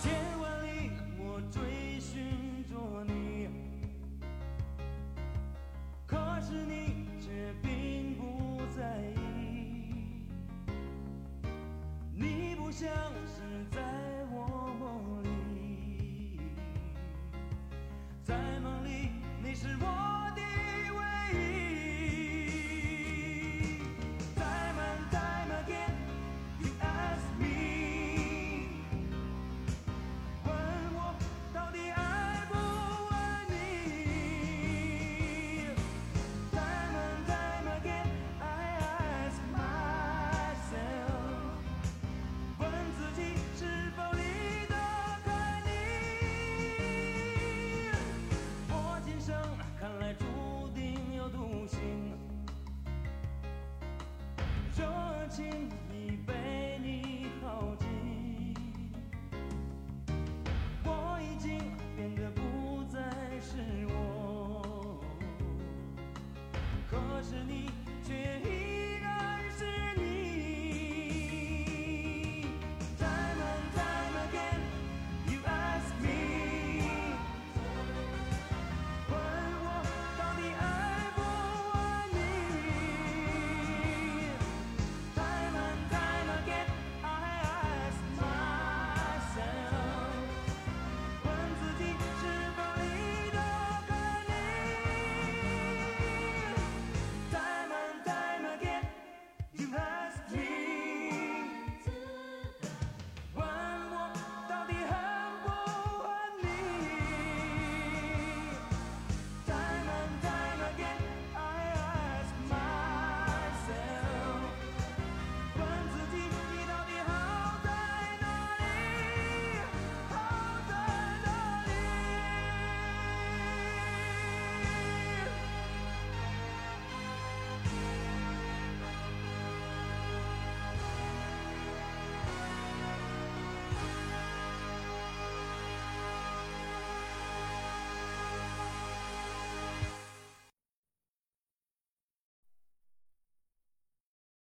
[SPEAKER 6] 夜晚里，我追寻着你，可是你却并不在意。你不像是在我梦里，在梦里你是我啊